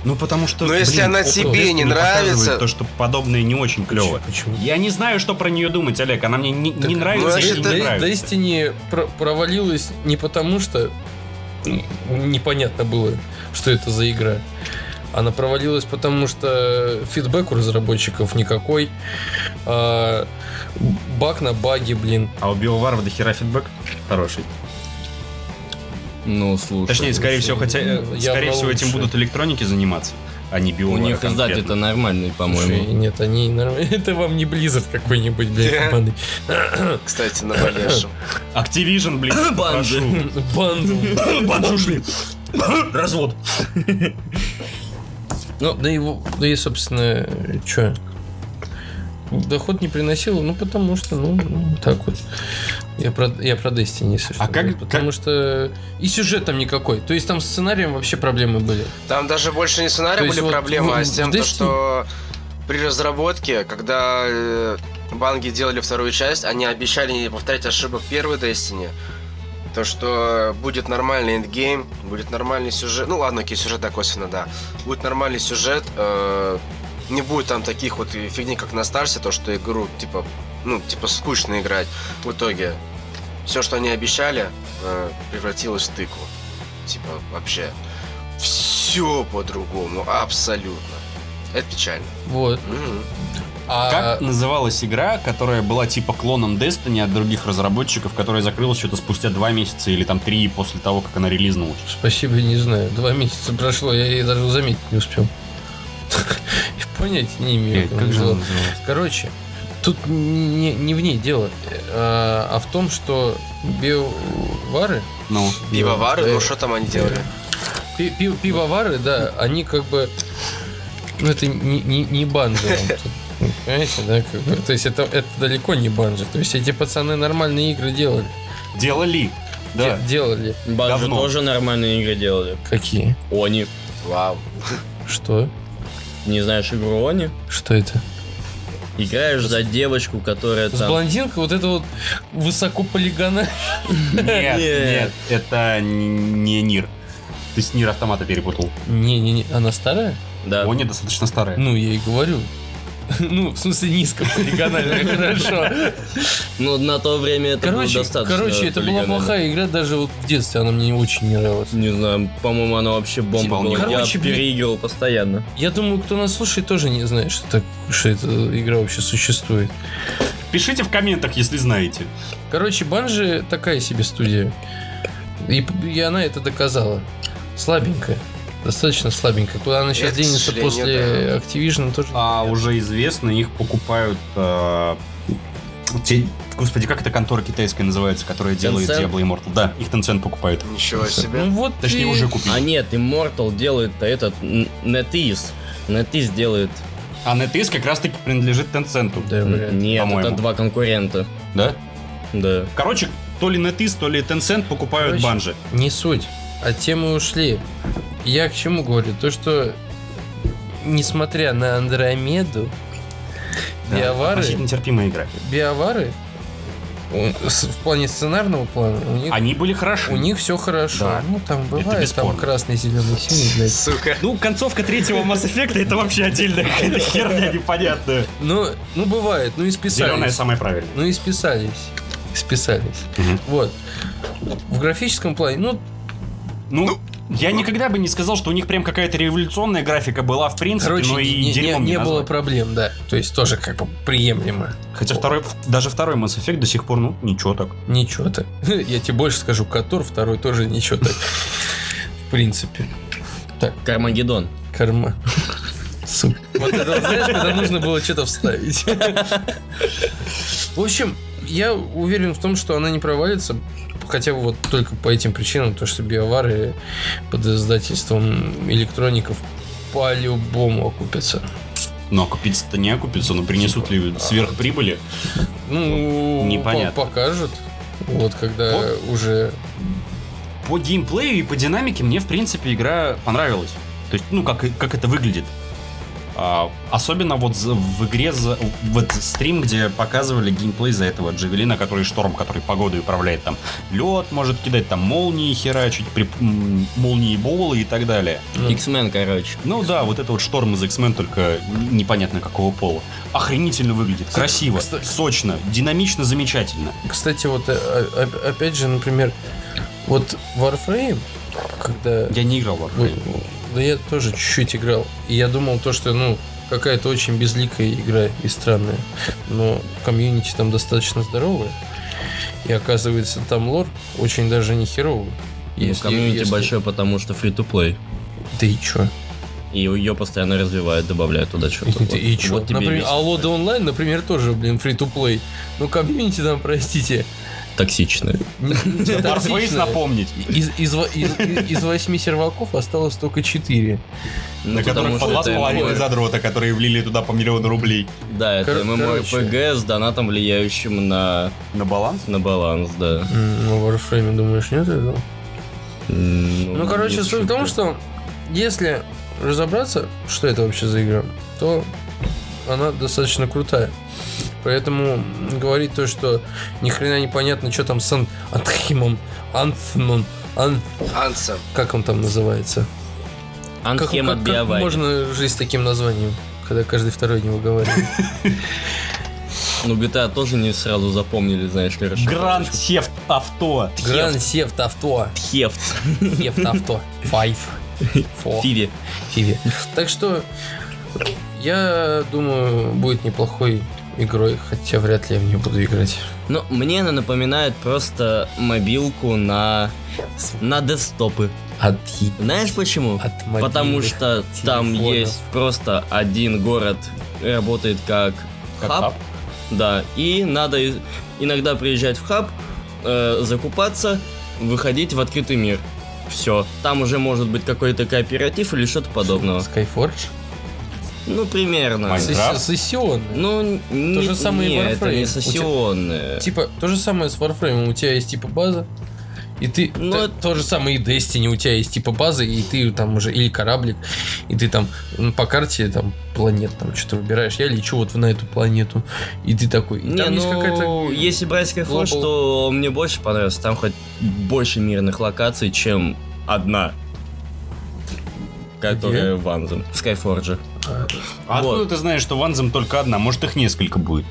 B: Ну потому что.
D: Но если
B: блин,
D: она
B: опыт
D: тебе
B: Destiny
D: не
B: показывает
D: нравится-
B: то что подобное не очень клево.
C: Почему?
B: Я не знаю, что про нее думать, Олег. Она мне не, не
C: Так,
B: нравится
D: ну,
B: или
D: это-
B: не
C: Дэ-
B: нравится.
C: Destiny про- провалилась не потому, что непонятно было, что это за игра. Она провалилась потому, что фидбэк у разработчиков никакой. А, баг на баге, блин.
B: А у биоваров до хера фидбэк хороший.
A: Ну, слушай.
B: Точнее, скорее всего, хотя, э,
C: Я
B: скорее всего, этим
C: получше.
B: будут электроники заниматься, а не
A: У
B: биовары
A: них издатель это
B: конкретно.
A: нормальный,
C: Слушай,
A: по-моему.
C: Нет, они нормально. Это вам не Blizzard какой-нибудь, блядь,
B: Э.
C: ебаный.
D: Кстати, наболевшим.
B: Activision, блин,
A: Банжи.
B: прошу.
C: Бандл.
B: Банжи ушли. Развод.
C: Ну, да и, в- да и собственно, что? Доход не приносил, ну потому что, ну, ну, так вот. Я про, я про Destiny, если что.
B: А как-
C: говорю, Потому что и сюжет там никакой. То есть там с сценарием вообще проблемы были.
D: Там даже больше не
C: То
D: сценарием
C: есть
D: были
C: вот
D: проблемы,
C: в-
D: а с тем,
C: в
D: то,
C: Destiny-
D: что при разработке, когда э, банги делали вторую часть, они обещали не повторять ошибок первой Destiny. То, что будет нормальный эндгейм, будет нормальный сюжет. Ну ладно, окей, сюжет, да, косвенно, да. Будет нормальный сюжет. э, не будет там таких вот и фигни, как на старсе, то, что игру, типа, ну, типа, скучно играть. В итоге, все, что они обещали, э, превратилось в тыкву. Типа, вообще. Все по-другому, абсолютно. Это печально.
C: Вот.
D: Мгм.
C: А
B: Как называлась игра, которая была типа клоном Destiny от других разработчиков, которая закрылась что-то спустя два месяца или там три после того, как она релизнулась?
C: спасибо, не знаю. Два месяца прошло, я ее даже заметить не успел. И Понятия не имею. Э, она называлась.
B: называлась?
C: Короче, тут не, не в ней дело, э, а в том, что биовары
B: Ну,
D: Пивовары, ну что там они делали?
C: Пи- пи- Пивовары, да, они как бы... Ну, это не, не, не банджи. вам тут, Понимаете, да? Как бы, то есть это, это далеко не банджи. То есть эти пацаны нормальные игры делали.
B: делали. Да.
C: Де- делали.
A: Банжи
B: Говно.
A: тоже нормальные игры делали.
C: Какие?
A: Они.
D: Вау.
C: Что?
A: Не знаешь игру Они?
C: Что это?
A: Играешь за девочку, которая
C: С
A: там...
C: блондинка вот это вот высоко полигона.
B: Нет,
A: Нет.
B: нет, это н- не Нир. Ты с Нир автомата перепутал.
C: Не-не-не, она старая?
A: Да.
B: Они достаточно старая.
C: Ну, я и говорю. Ну, в смысле, низко полигональная, хорошо.
A: Ну, на то время это было
C: Короче,
A: достаточно.
C: короче, это была
A: полигонально.
C: плохая игра, даже вот в детстве она мне очень не нравилась.
A: Не знаю, по-моему, она вообще бомба
B: Типа,
A: была.
C: короче,
A: Я
C: блин.
A: переигрывал постоянно.
C: Я думаю, кто нас слушает, тоже не знает, что, так, что эта игра вообще существует.
B: Пишите в комментах, если знаете.
C: Короче, Банжи такая себе студия. И, и она это доказала. Слабенькая. Достаточно слабенькая. Куда она сейчас
D: Это, к
C: денется
D: сожалению,
C: после
D: да.
A: А,
C: Activision, тоже...
B: А уже известно, их покупают э, те- Господи, как эта контора китайская называется, которая делает
A: Tencent?
B: Diablo Immortal? Да, их Tencent покупает.
D: Ничего
C: Ну
D: себе.
C: вот
B: Точнее,
C: и-
B: уже купили.
A: А нет, Immortal делает-то этот н- NetEase. NetEase делает.
B: А NetEase как раз-таки принадлежит Tencent.
C: Да,
A: Н-
C: вряд ли.
A: Нет, это
B: по-моему.
A: два конкурента.
B: Да?
A: Да.
B: Короче, то ли NetEase, то ли Tencent покупают
C: Короче.
B: банжи.
C: Не суть. От темы ушли. Я к чему говорю? То, что несмотря на Андромеду, биовары,
B: Очень нетерпимая игра.
C: биовары у- с- в плане сценарного плана, у них,
B: Они были хороши.
C: у них все хорошо.
B: Да.
C: Ну, там бывает,
B: бесспорно.
C: там красный, зеленый, синий, блядь.
D: Сука.
B: Ну, концовка третьего Mass Effect это вообще отдельная какая-то херня непонятная.
C: Ну, ну, бывает, ну и
B: Зеленая
C: списались.
B: самая правильная.
C: Ну и списались. Списались.
B: Мгм.
C: Вот. В графическом плане, ну,
B: Ну, я никогда бы не сказал, что у них прям какая-то революционная графика была, в принципе,
C: короче,
B: но и
C: не, не-
B: дерьмом не,
C: не было
B: назвать.
C: проблем, да. То есть тоже как бы приемлемо.
B: Хотя второй, даже второй Mass Effect до сих пор, ну, ничего так.
C: Ничего так. Я тебе больше скажу, Котор второй тоже ничего так. В принципе.
A: Кармагеддон.
C: Карма. Сука. Вот это, знаешь, когда нужно было что-то вставить. В общем, я уверен в том, что она не провалится. Хотя бы вот только по этим причинам, то, что биовары под издательством электроников по-любому окупятся.
B: Но окупиться-то Ну, а не окупится, но принесут ли сверхприбыли?
C: Ну,
B: Непонятно.
C: по- покажут. Вот когда
B: Вот.
C: уже
B: По геймплею и по динамике мне, в принципе, игра понравилась. То есть, ну, как, и- как это выглядит. А, особенно вот за- в игре, за, вот стрим, где показывали геймплей за этого Джавелина, который шторм, который погодой управляет, там лед может кидать, там молнии херачить, при, м, молнии болы и так далее.
C: Ну.
A: X-Men, короче.
B: Ну да, вот это вот шторм из X-Men, только н- непонятно какого пола. Охренительно выглядит, красиво,
C: кстати-
B: сочно, динамично, замечательно.
C: Кстати, вот э, а- а- опять же, например, вот Warframe, когда...
B: Я не играл в
C: Ой,
B: Warframe.
C: Да я тоже чуть-чуть играл. И я думал то, что, ну, какая-то очень безликая игра и странная. Но комьюнити там достаточно здоровая. И оказывается, там лор очень даже не херовый.
A: Ну,
C: Если-
A: комьюнити
C: если-
A: большой, потому что free-to-play.
C: Да и чё?
A: И ее постоянно развивают, добавляют туда что-то. Вот,
C: И, и чё?
A: вот тебе
C: например,
A: весь
C: а Лода онлайн, например, тоже, блин, фри-ту-плей. Ну, комьюнити там, простите.
A: токсичный.
C: не- не
B: Warface
C: токсичное.
B: напомнить.
C: Из, из, во- из, из- из восьми серваков осталось только четыре.
A: Ну,
B: На
A: потому
B: которых по
A: что
B: два с
A: это
B: половиной
A: MMORPG.
B: задрота, которые влили туда по миллиону рублей.
A: Да, это
C: Кор-
A: MMORPG с донатом, влияющим на,
B: На баланс?
A: на баланс, да.
C: М, На Warframe, думаешь, нет этого?
A: Ну,
C: Ну, короче,
A: есть
C: суть в том,
A: шутка.
C: что если разобраться, что это вообще за игра, то она достаточно крутая. Поэтому говорить то, что ни хрена непонятно, что там с Ан- Анхимом, Анфном, Ан...
D: Анса.
C: как он там называется? Как,
A: Анхем
C: как-
A: от
C: как
A: Биовайна.
C: можно жить с таким названием, когда каждый второй не выговаривает?
A: Ну, GTA тоже не сразу запомнили, знаешь ли, расшифровку.
B: Гранд Сефт Авто.
C: Гранд Сефт Авто.
A: Хефт.
C: Сефт Авто. Файв. Фо.
A: Фиви.
C: Фиви. Так что я думаю, будет неплохой игрой, хотя вряд ли я в нее буду играть.
A: Ну, мне она напоминает просто мобилку на... на десктопы.
C: От,
A: Знаешь почему?
C: от
A: Потому что там
C: телефонов.
A: есть просто один город, работает как, хаб, да, и надо и- иногда приезжать в хаб, э, закупаться, выходить в открытый мир. Все. Там уже может быть какой-то кооператив или что-то подобного.
C: Skyforge?
A: Ну, примерно.
B: Майнкрафт. Minecraft?
C: С- сессионный.
A: Ну, н- не,
C: же самое и
A: не, это
C: Warframe.
A: не
C: У тебя-
A: сессионное.
C: Типа, то же самое с Warframe. У тебя есть типа база, и ты...
A: Ну,
C: та-
A: это-
C: То же самое и Destiny. У тебя есть типа база, и ты там уже... Или кораблик, и ты там ну, по карте там планет там что-то выбираешь. Я лечу вот на эту планету, и ты такой... и
A: Не,
C: там есть
A: ну,
C: какая-то...
A: если брать Skyforge,
C: Global-
A: то мне больше понравился. Там хоть больше мирных локаций, чем одна. Которая в Анзем. В Skyforge.
C: Ну,
B: А
A: Вот.
B: откуда ты знаешь, что Ванзам только одна? Может, их несколько будет?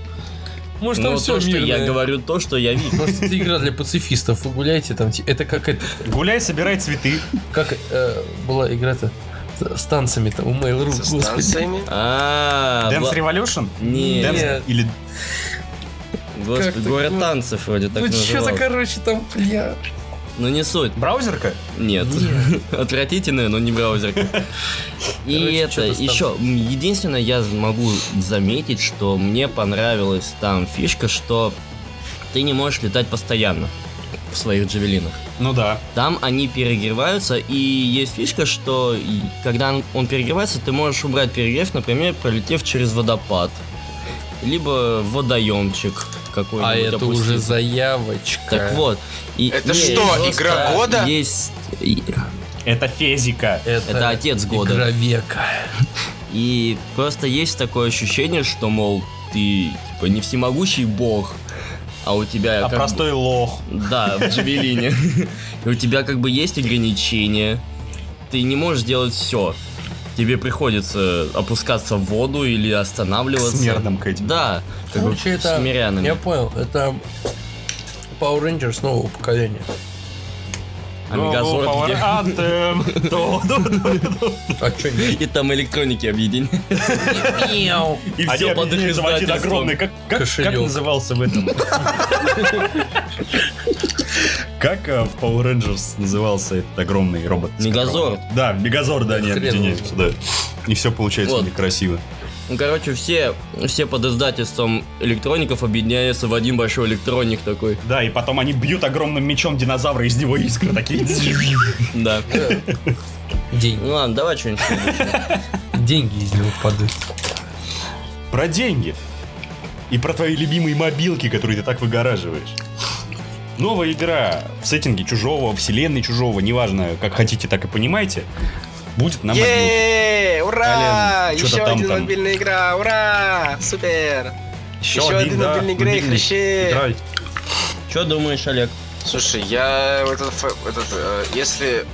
C: Может, там
A: Но
C: все
A: Ну, то, что я говорю, то, что я видел.
C: Может, это игра для пацифистов. Вы гуляете там. ти- Это как это,
B: Гуляй, собирай цветы.
C: как э, была игра-то с- с танцами там у Mail.ru.
D: Со
C: господи.
D: станциями.
A: А,
B: Dance
A: бла-
B: Revolution?
A: Не.
B: Dance- Или...
A: господи,
C: Как-то
A: город
C: такое.
A: танцев вроде так
C: ну что-то,
A: назывался.
C: короче, там, бля.
A: Ну не суть.
B: Браузерка?
A: Нет. Отвратительная, но не браузер. И
C: Короче,
A: это
C: чё-то
A: еще, м, единственное, я могу заметить, что мне понравилась там фишка, что ты не можешь летать постоянно в своих джавелинах.
B: Ну да.
A: Там они перегреваются, и есть фишка, что и- когда он- он перегревается, ты можешь убрать перегрев, например, пролетев через водопад. Либо водоемчик какой-нибудь.
C: А это
A: опустить.
C: уже заявочка.
A: Так вот. и-
D: Это
A: не,
D: что,
A: просто
D: игра года?
A: Есть... и-
B: Это физика.
C: Это,
A: Это отец года.
C: Игра века.
A: И просто есть такое ощущение, что, мол, ты типа не всемогущий бог, а у тебя...
B: А
A: как бы-
B: простой лох.
A: Да, в Джавелине. И у тебя как бы есть ограничения. Ты не можешь делать все. Тебе приходится опускаться в воду или останавливаться.
B: Смердом к этим.
A: Да, как бы
C: Короче,
A: с
C: Ну, это-
A: мирянами.
C: Я понял, это Power Rangers нового поколения.
A: А Мегазорд
B: Go,
A: где?
B: Power Anthem. То, да, да.
C: А что нет?
A: И там электроники объединены.
C: Мяу.
B: И
A: Они
B: все под их
A: объединяются в один
B: издательством.
A: огромный
B: Как, как- как
C: кошелек.
B: назывался в этом? Как э, в Power Rangers назывался этот огромный робот?
A: Мегазорд.
B: Да, Мегазорд, да, они
C: Хрен его
B: объединяются, да. И все получается
A: Вот.
B: у них красиво.
A: Ну, короче, все, все под издательством электроников объединяются в один большой электроник такой.
B: Да, и потом они бьют огромным мечом динозавра, из него искры такие.
A: Да.
C: Деньги.
A: Ну ладно, давай что-нибудь.
C: Деньги из него падают.
B: Про деньги. И про твои любимые мобилки, которые ты так выгораживаешь. Новая игра в сеттинге чужого, вселенной чужого, неважно, как хотите, так и понимаете, будет на мобилке.
D: Еее, ура!
B: Ален, чё-то
D: Еще
B: там,
D: один
B: там.
D: мобильная игра, ура! Супер! Еще один
B: да,
D: мобильный игры,
B: мобильный.
D: хрящи!
B: Игра.
A: Что думаешь, Олег?
D: Слушай, я вот этот, фа- этот, э, если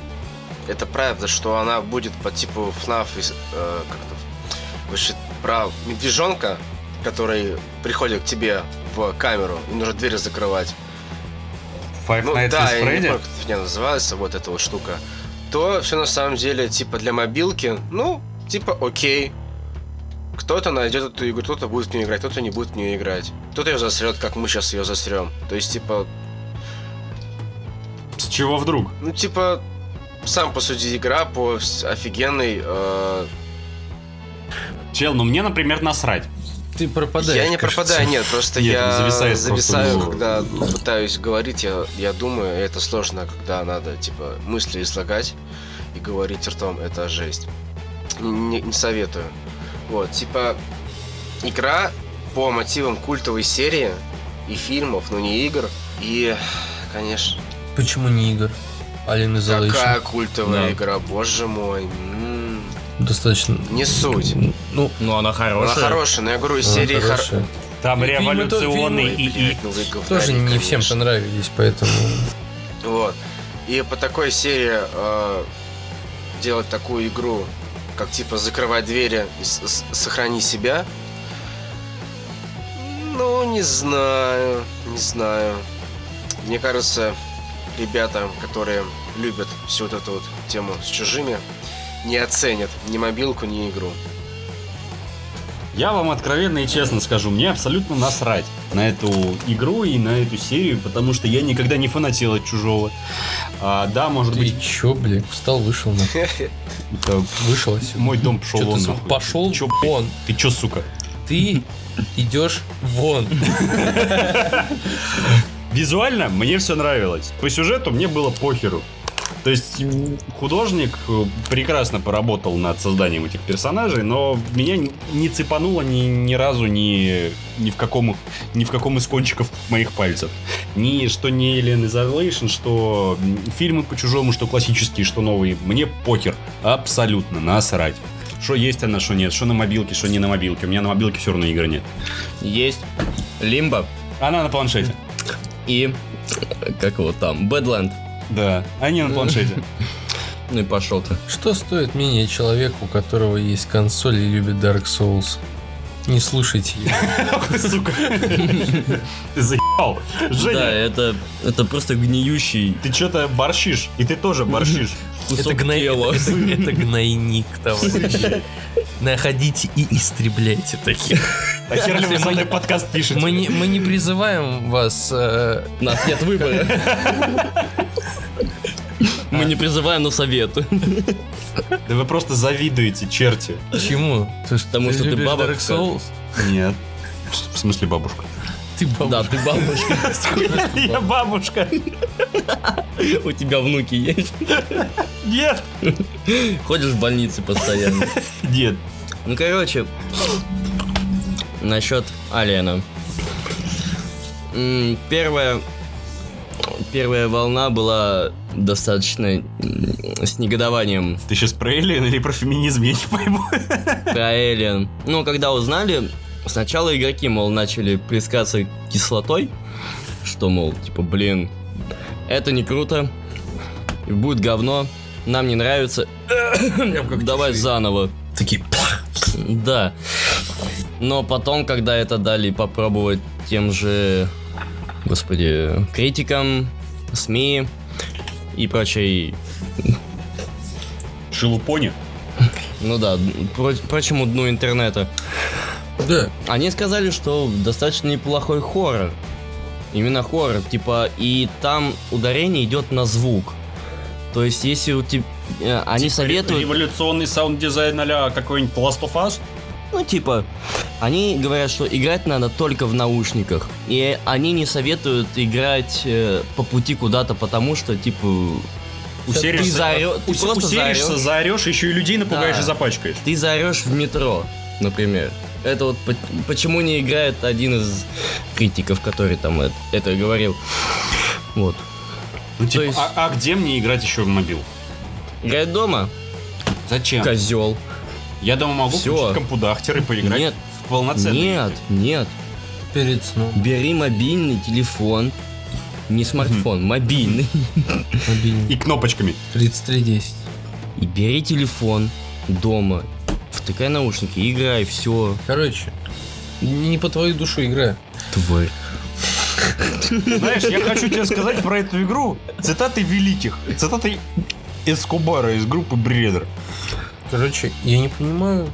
D: это правда, что она будет по типу ФНАФ из, э, как это, вообще, про медвежонка, который приходит к тебе в камеру, и нужно двери закрывать.
B: Five
D: Ну
B: Nights at
D: да, я не помню,
B: Freddy.
D: как это у меня называется, вот эта вот штука. То все на самом деле, типа, для мобилки, ну, типа, окей. Кто-то найдет эту игру, кто-то будет в нее играть, кто-то не будет в нее играть. Кто-то ее засрет, как мы сейчас ее засрем. То есть, типа,
B: С чего вдруг?
D: ну, типа, сам посуди игра по с- офигенной... э,
B: Чел, ну мне, например, насрать.
C: Ты пропадаешь.
D: Я не
C: кажется.
D: пропадаю, нет, просто
B: Нет,
D: я
B: он зависает просто
D: зависаю,
B: в-
D: когда пытаюсь говорить, я, я думаю, и это сложно, когда надо, типа, мысли излагать и говорить ртом, это жесть. Не, не советую. Вот, типа, игра по мотивам культовой серии и фильмов, но не игр, и, конечно,
C: Почему не игр? Ален
D: какая
C: Изолейшн.
D: культовая
A: Да.
D: игра, боже мой, м,
C: Достаточно.
D: не суть.
C: Ну,
A: Ну, она
D: Она
A: хорошая.
D: хорошая, но я говорю, из серии хор-
C: хорошая.
B: Там
C: Фильмы то-
B: революционный
C: фильмы,
B: ИИ.
D: Ну, вы говнари,
C: Тоже не всем
D: конечно.
C: понравились, поэтому...
D: Вот. И по такой серии э, делать такую игру, как типа закрывать двери и с- с- сохрани себя. Ну, не знаю, не знаю. Мне кажется, ребята, которые любят всю вот эту вот тему с чужими, не оценят ни мобилку, ни игру.
B: Я вам откровенно и честно скажу, мне абсолютно насрать на эту игру и на эту серию, потому что я никогда не фанател от чужого. А, да, может быть,
C: Ты чё, блин? Встал, вышел, нахуй.
B: это
C: Вышел отсюда.
B: мой дом пошел
C: Чё
B: вон
C: ты, сука,
B: нахуй.
C: пошел
B: Чё, блядь?
C: вон.
B: Ты чё, сука?
C: Ты идешь вон.
B: Визуально мне все нравилось. По сюжету мне было похеру. То есть м, художник э, прекрасно поработал над созданием этих персонажей, но меня н- не цепануло ни, ни разу ни, ни, в каком, ни в каком из кончиков моих пальцев. Ни что не Alien Isolation, что м, фильмы по-чужому, что классические, что новые. Мне похер. Абсолютно насрать. Что есть она, что нет, что на мобилке, что не на мобилке. У меня на мобилке все равно игры нет.
A: Есть Лимба
B: Она на планшете.
A: и... э, Как его там? Бэдленд.
B: Да, они на планшете.
A: Ну и пошел ты.
C: Что стоит мнение человека, у которого есть консоль и любит Dark Souls? Не слушайте его.
B: Сука. Ты заебал.
A: Да,
B: Женя,
A: это, это просто гниющий
B: ты что-то борщишь. И ты тоже борщишь.
A: кусок
C: Это, гной-
A: тела.
C: это- это гнойник, товарищи. Находите и истребляйте таких.
B: А хер ли вы со мной подкаст пишете?
C: Мы не, мы не призываем вас... э,
A: У нас нет выбора. Мы не призываем на совет.
B: Да вы просто завидуете, черти.
C: чему?
A: Потому что ты
C: любишь
A: бабушка.
C: Dark Souls?
B: Нет. В смысле бабушка?
C: Ты
A: Да,
C: бабушка.
A: ты бабушка,
B: Я бабушка.
A: у тебя внуки есть.
B: Нет.
A: Ходишь в больнице постоянно.
B: Нет.
A: Ну, короче, насчет Алена. М, Первая, первая волна была достаточно м, с негодованием
B: Ты сейчас про Эллиен или про феминизм, я не пойму.
A: про Элен. Ну, когда узнали, сначала игроки, мол, начали плескаться кислотой, что, мол, типа, блин, это не круто, будет говно, нам не нравится, давай заново.
C: Такие... «Пах!»
A: Да. Но потом, когда это дали попробовать тем же, господи, критикам, СМИ и прочей,
B: Шелупони.
A: ну да, про- прочему дну интернета,
C: Да.
A: они сказали, что достаточно неплохой хоррор. Именно хоррор, типа, и там ударение идет на звук. То есть, если у тебя... Они советуют...
B: Типа Революционный саунд-дизайн а какой-нибудь Last of Us?
A: Ну, типа, они говорят, что играть надо только в наушниках. И они не советуют играть э, по пути куда-то, потому что, типа, ты,
B: Усеришься,
A: заорё- ты
B: ус-
A: просто
B: усеришься,
A: заорёшь-
B: заорешь, еще и людей напугаешь
A: Да.
B: и запачкаешь.
A: ты заорешь в метро, например. Это вот по- почему не играет один из критиков, который там это, это говорил. Вот.
B: Ну, типа,
A: есть-
B: а, а где мне играть еще в мобил?
A: Играть дома?
B: Зачем?
A: Козел.
B: Я дома могу
A: Всё.
B: включить компудахтер и поиграть
A: Нет.
B: в полноценный.
A: Нет, нет.
C: Перед сном.
A: Бери мобильный телефон. Не смартфон, мобильный.
C: Мобильник.
B: И кнопочками.
C: 3310.
A: И бери телефон дома, втыкай наушники, и играй, все,
C: Короче, не по твою душу игра.
A: тварь.
B: Знаешь, я хочу тебе сказать про эту игру цитаты великих, цитаты Эскобара из группы Бредер.
C: Короче, я не понимаю,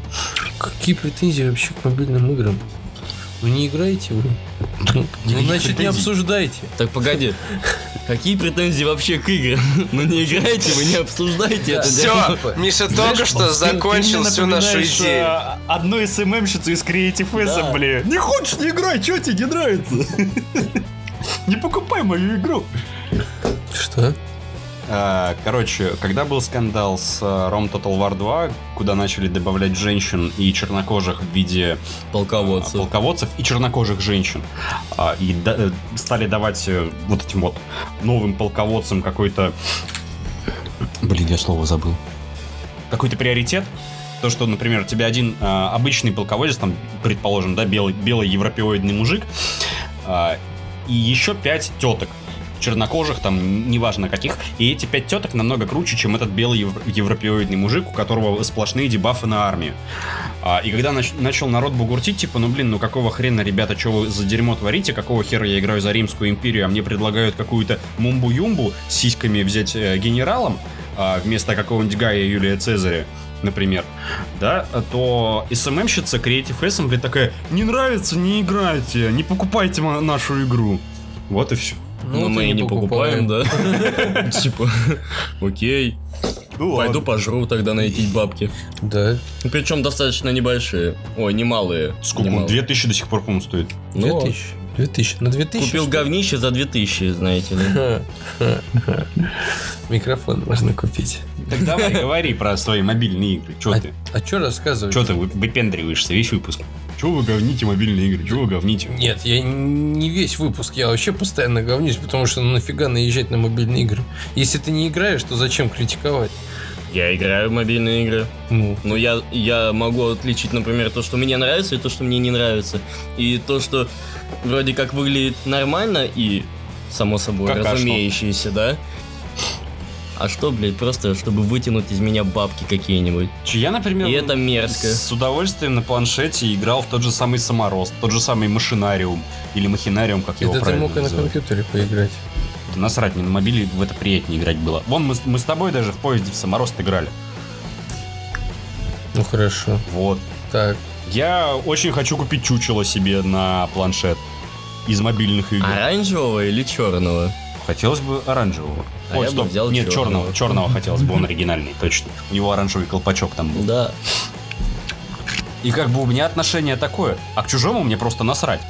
C: какие претензии вообще к мобильным играм. Ну не играете вы. Ну,
B: никаких
C: значит, не
B: претензий.
C: обсуждайте.
A: Так погоди, какие претензии вообще к играм? Ну не играйте, вы не обсуждайте это дело.
D: Все, Миша только что закончил всю нашу идею.
B: э, Одну СММщицу из Creative
C: Да.
B: Assembly. Не хочешь, не играй, что тебе не нравится? Не покупай мою игру.
C: Что?
B: А, Короче, когда был скандал с а, ROM Total War 2, куда начали добавлять женщин и чернокожих в виде а,
A: Полководцев.
B: полководцев и чернокожих женщин, А, и да- э, стали давать э, вот этим вот новым полководцам какой-то... Блин, я слово забыл. Какой-то приоритет. То, что, например, у тебя один а, обычный полководец, там, предположим, да, белый, белый европеоидный мужик, а, и еще пять теток чернокожих, там, неважно каких. И эти пять теток намного круче, чем этот белый евро- европеоидный мужик, у которого сплошные дебафы на армию. А, и когда нач- начал народ бугуртить, типа, ну блин, ну какого хрена, ребята, что вы за дерьмо творите, какого хера я играю за Римскую империю, а мне предлагают какую-то мумбу-юмбу с сиськами взять э, генералом а, вместо какого-нибудь Гая Юлия Цезаря, например, да, то СММщица Creative Assembly такая, не нравится, не играйте, не покупайте мо- нашу игру. Вот и все.
A: Ну
C: вот
A: мы
C: и
A: и не покупаем, да. Типа, окей,
B: Ну,
A: пойду пожру тогда найти бабки.
C: Да.
A: Причем достаточно небольшие, ой, немалые.
B: Сколько? он,
A: немалые.
B: 2000 до сих пор, по-моему, стоит.
A: Ну,
C: 2000. 2000. На 2000.
A: Купил
C: что ли?
A: говнище за 2000, знаете ли.
C: Ха, ха, ха. Микрофон можно купить.
B: Так давай, говори про свои мобильные игры. Че
C: А,
B: ты?
C: а что рассказывать?
B: Че ты вы- выпендриваешься весь выпуск? Че вы говните мобильные игры? Че вы говните?
C: Нет, я не весь выпуск, я вообще постоянно говнюсь, потому что ну, нафига наезжать на мобильные игры. Если ты не играешь, то зачем критиковать?
A: Я играю в мобильные игры.
C: Ну,
A: Но я, я могу отличить, например, то, что мне нравится, и то, что мне не нравится. И то, что вроде как выглядит нормально и, само собой,
B: Какашно.
A: разумеющееся, да? А что, блядь, просто, чтобы вытянуть из меня бабки какие-нибудь.
B: Че, я, например,
A: И
C: ну,
A: это мерзко.
B: с удовольствием на планшете играл в тот же самый Саморост, тот же самый Машинариум или Махинариум, как его
C: это ты
B: правильно
C: мог и на
B: называют.
C: компьютере поиграть.
B: насрать, мне на мобиле в это приятнее играть было. Вон мы, с- мы с тобой даже в поезде в Саморост играли.
C: Ну хорошо.
B: Вот.
C: Так.
B: Я очень хочу купить чучело себе на планшет из мобильных игр.
A: А Оранжевого или черного?
B: Хотелось бы оранжевого.
A: А
B: Ой,
A: я бы
B: стоп.
A: взял
B: Нет, черного.
A: черного.
B: Черного хотелось бы, он оригинальный, точно. У него оранжевый колпачок там был.
A: Да.
B: И как бы у меня отношение такое. А к чужому мне просто насрать.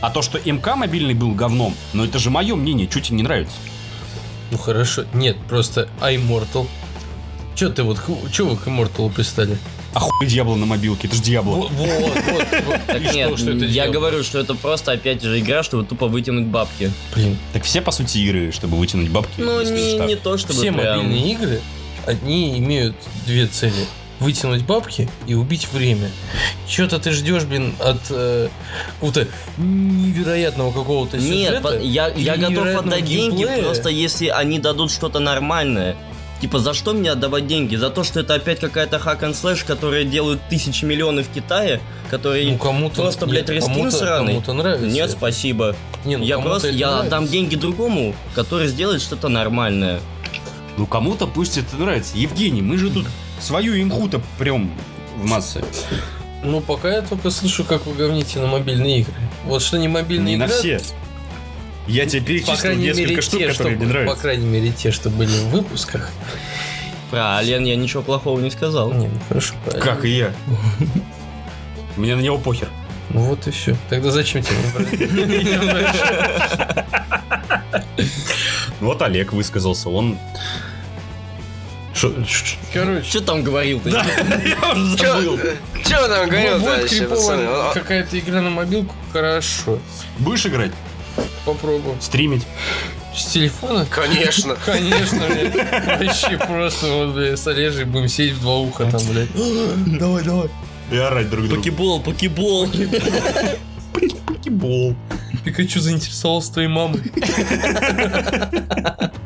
B: А то, что МК мобильный был говном, но это же мое мнение, чуть тебе не нравится.
C: Ну хорошо. Нет, просто immortal. Че ты вот, че вы к Immortal пристали?
B: А хуй Диабло на мобилке, это же Диабло.
C: Вот, вот, вот.
A: Так
C: И что,
A: нет,
C: что это
A: я
C: делает?
A: говорю, что это просто опять же игра, чтобы тупо вытянуть бабки.
C: Блин,
B: Так все, по сути, игры, чтобы вытянуть бабки.
A: Ну,
B: если
A: не,
B: так.
A: не то, чтобы
C: все
A: прям-
C: мобильные игры, одни имеют две цели. Вытянуть бабки и убить время. Чего-то ты ждешь, блин, от э, какого-то невероятного какого-то сюжета.
A: Нет, по- я, я
C: или
A: готов
C: невероятного
A: отдать деньги,
C: геймплея.
A: просто если они дадут что-то нормальное. Типа, за что мне отдавать деньги? За то, что это опять какая-то хак and слэш, которые делают тысячи миллионов в Китае, которые...
C: Ну кому-то
A: Просто, блядь,
C: нет,
A: рескин
C: кому-то,
A: сраный.
C: кому-то нравится.
A: Нет, спасибо.
C: Не, ну
A: я
C: кому-то
A: просто,
C: это
A: я
C: нравится.
A: отдам деньги другому, который сделает что-то нормальное.
B: Ну, кому-то пусть это нравится. Евгений, мы же тут свою имху-то прям в массы.
C: Ну пока я только слышу, как вы говните на мобильные игры. Вот что не мобильные
B: Не на
C: игры,
B: все. Я тебе
C: по
B: перечислил
C: крайней мере
B: несколько штук,
C: те, что
B: которые мне
C: по
B: нравятся.
C: крайней мере те, что были в выпусках.
A: Про Ален я ничего плохого не сказал.
C: Не, ну хорошо. правильно.
B: Как и я. Мне на него похер.
C: Ну вот и все. Тогда зачем тебе выбрать?
B: Ну, Вот Олег высказался, он... Шо- ш- ш-
C: Короче.
A: Что там говорил-то? Да.
B: Я уже забыл.
D: Че он там говорил
C: ну вот
D: дальше,
C: криповая
D: пацаны? а, Он- он-
C: какая-то игра на мобилку, хорошо.
B: Будешь играть?
C: Попробуем.
B: Стримить?
C: С телефона?
D: Конечно.
C: Конечно, блядь. Вообще просто вот, блядь, с Олежей будем сидеть в два уха там, блядь.
B: Давай, давай. И орать друг другу.
A: Покебол, покебол.
B: Покебол.
C: Пикачу заинтересовался твоей мамой.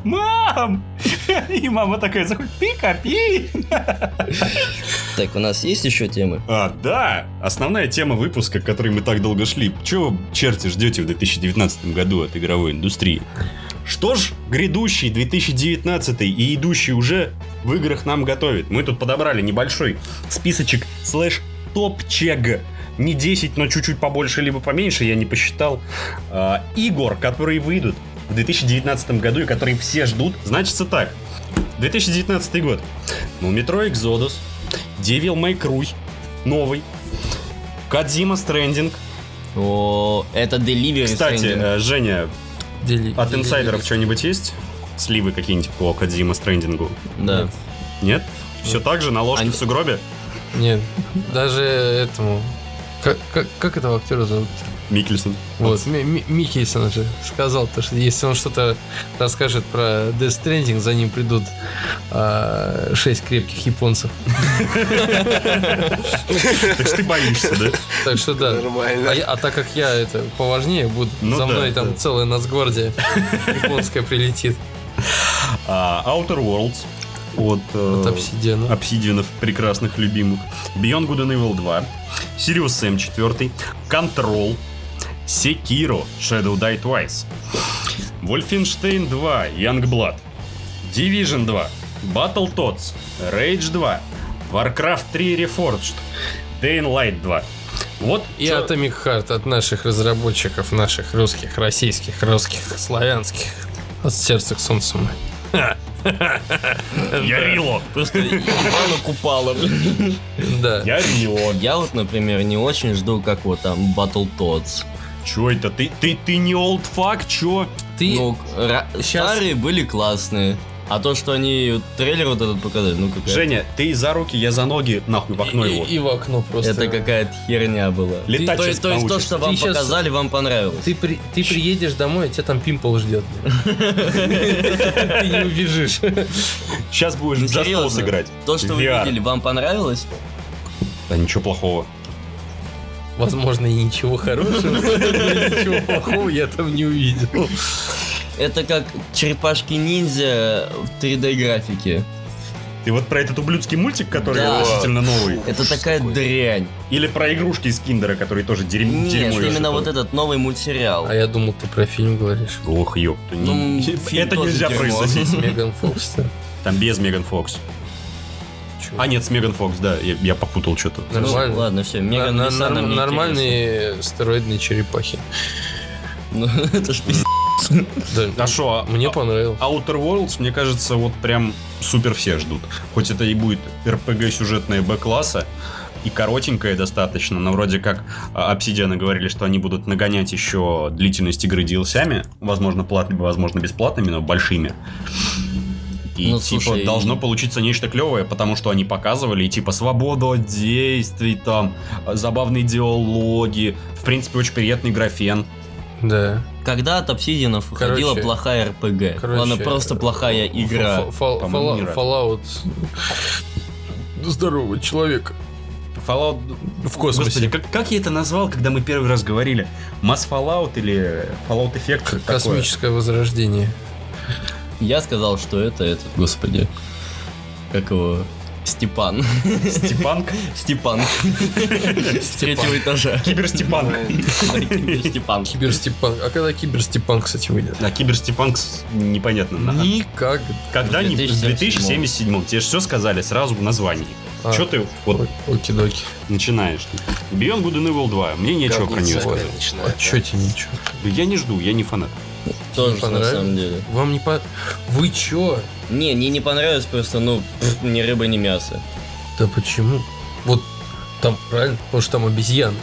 B: Мам! И мама такая заходит, пика-пи!
A: Так, у нас есть еще темы?
B: А, да! Основная тема выпуска, к которой мы так долго шли. Чего вы, черти, ждете в 2019 году от игровой индустрии? Что ж грядущий 2019 и идущий уже в играх нам готовит? Мы тут подобрали небольшой списочек слэш топчег. Не 10, но чуть-чуть побольше, либо поменьше, я не посчитал. А, игр, которые выйдут в 2019 году и которые все ждут. Значится так. 2019 год. Ну, метро Exodus, Devil May Cry, новый. Кадзима Stranding.
A: О, это Delivery
B: Кстати,
A: Stranding.
B: э, Женя,
C: Дели-
B: от
C: дели-
B: инсайдеров что-нибудь есть? Сливы какие-нибудь по Кадзима Стрендингу?
A: Да.
B: Нет? Все так же, на ложке
A: Они-
B: в сугробе?
C: Нет, даже этому... Как, как, как этого актера зовут?
B: Микельсон.
C: Вот, Ми- Ми- Микельсон же сказал, то, что если он что-то расскажет про Death Stranding, за ним придут а, шесть крепких японцев.
B: Так что ты боишься, да?
C: Так что да.
D: Нормально.
C: А, я- а так как я это поважнее буду,
B: Ну
C: за
B: да,
C: мной там
B: да.
C: целая нацгвардия японская прилетит
B: А, Outer Worlds от
C: от
B: э,
C: обсидиана.
B: обсидианов прекрасных любимых. Beyond Good and Evil 2. Sirius Sam 4. Control. Sekiro. Shadow Die Twice. Wolfenstein 2. Youngblood. Division 2. Battletoads. Rage 2. Warcraft 3 Reforged. Day and Light 2. Вот
C: И
B: чё-
C: Atomic Heart от наших разработчиков, наших русских, российских, русских, славянских. От сердца к солнцу. мы.
B: Ярило.
A: Просто Ивана Купала, блин.
C: Да.
B: Ярило.
A: Я вот, например, не очень жду, как вот там Battletoads.
B: Чё это? Ты, ты, ты не олдфак, чё?
C: Ты
A: Ну, ра-
C: щас-
A: старые были классные. А то, что они трейлер вот этот показали, ну какая
B: Женя, ты за руки, я за ноги, нахуй в окно
C: и,
B: его.
C: и в окно просто.
A: Это какая-то херня была.
B: Летать
A: то,
B: сейчас
A: есть, то есть то,
B: научишься.
A: что вам
C: Ты щас-
A: показали, вам понравилось.
C: Ты, при- ты приедешь домой, а тебя там пимпл ждет. Ты не убежишь.
B: Сейчас будешь
A: Ну,
B: в Just
A: серьезно.
B: Cause играть.
A: То, что вы
B: VR.
A: видели, вам понравилось?
B: Да ничего плохого.
C: Возможно, и ничего хорошего, и ничего плохого я там не увидел.
A: Это как черепашки-ниндзя в 3D-графике.
B: Ты вот про этот ублюдский мультик, который
A: Да.
B: относительно новый.
A: Это такая
D: Какой?
A: дрянь.
B: Или про игрушки из киндера, которые тоже дерьмо.
A: Нет, именно вот этот новый мультсериал.
C: А я думал, ты про фильм говоришь.
B: Ох, ёб. ты не-
A: Ну, фильм
B: Это
A: тоже
B: нельзя
A: дерьмо. Ну,
B: произносить.
C: Меган Фокс. да?
B: Там без Меган Фокс.
C: Чё?
B: А нет, с Меган Фокс, да, я, я попутал что-то.
A: Ну,
C: Нормально.
A: Ладно, все,
C: На-
A: Меган
C: на-
A: Ниссан нам
C: норм-
A: не
C: Нормальные стероидные черепахи.
A: интересна. Ну, это ж пиздец.
C: Да,
B: А шо, а-
C: Мне
B: а-
C: понравилось.
B: Outer Worlds, мне кажется, вот прям супер все ждут. Хоть это и будет RPG сюжетная Б-класса, и коротенькая достаточно, но вроде как а, обсидианы говорили, что они будут нагонять еще длительность игры DLC-ами, возможно, платными, возможно, бесплатными, но большими. И
A: Ну,
B: типа
A: слушай,
B: должно
A: и-
B: получиться нечто клевое, потому что они показывали и типа свободу от действий, там а, забавные диалоги, в принципе очень приятный графен.
C: Да.
A: Когда от обсидианов
C: Короче.
A: выходила плохая РПГ?
C: Короче,
A: Ладно, просто плохая
C: э,
A: игра.
C: фа- фа-
B: По-моему,
C: фала-
B: не рад.
C: Fallout. Здоровый человек.
B: Fallout...
C: В космосе.
B: Господи, как, как я это назвал, когда мы первый раз говорили? Mass Fallout или Fallout Effect? что-то такое?
C: Космическое возрождение.
A: Я сказал, что это этот, господи. Как его? Степан.
B: Степанка?
A: Степан. С третьего этажа.
B: Киберстепанка.
A: Степан.
C: Киберстепанк. А когда Киберстепанк, кстати, выйдет?
B: Да, А, Киберстепанк с- непонятно. на-
C: Никогда.
B: Когда не... в
A: 2077.
B: 2077 Тебе все сказали сразу в названии.
C: А.
B: Че ты вот
C: Окидоки.
B: начинаешь? Beyond Good and Evil 2. Мне нечего про нее
D: Говница,
B: сказать.
D: блядь, начинает,
C: А чё тебе ничего?
B: Я не жду, я не фанат.
A: Тоже на
C: понравилось?
A: самом деле.
C: Вам не по... Вы чё?
A: Не, не, не понравилось, просто, ну, пф, ни рыба, ни мясо.
C: Да почему? Вот там, правильно? Потому что там обезьян.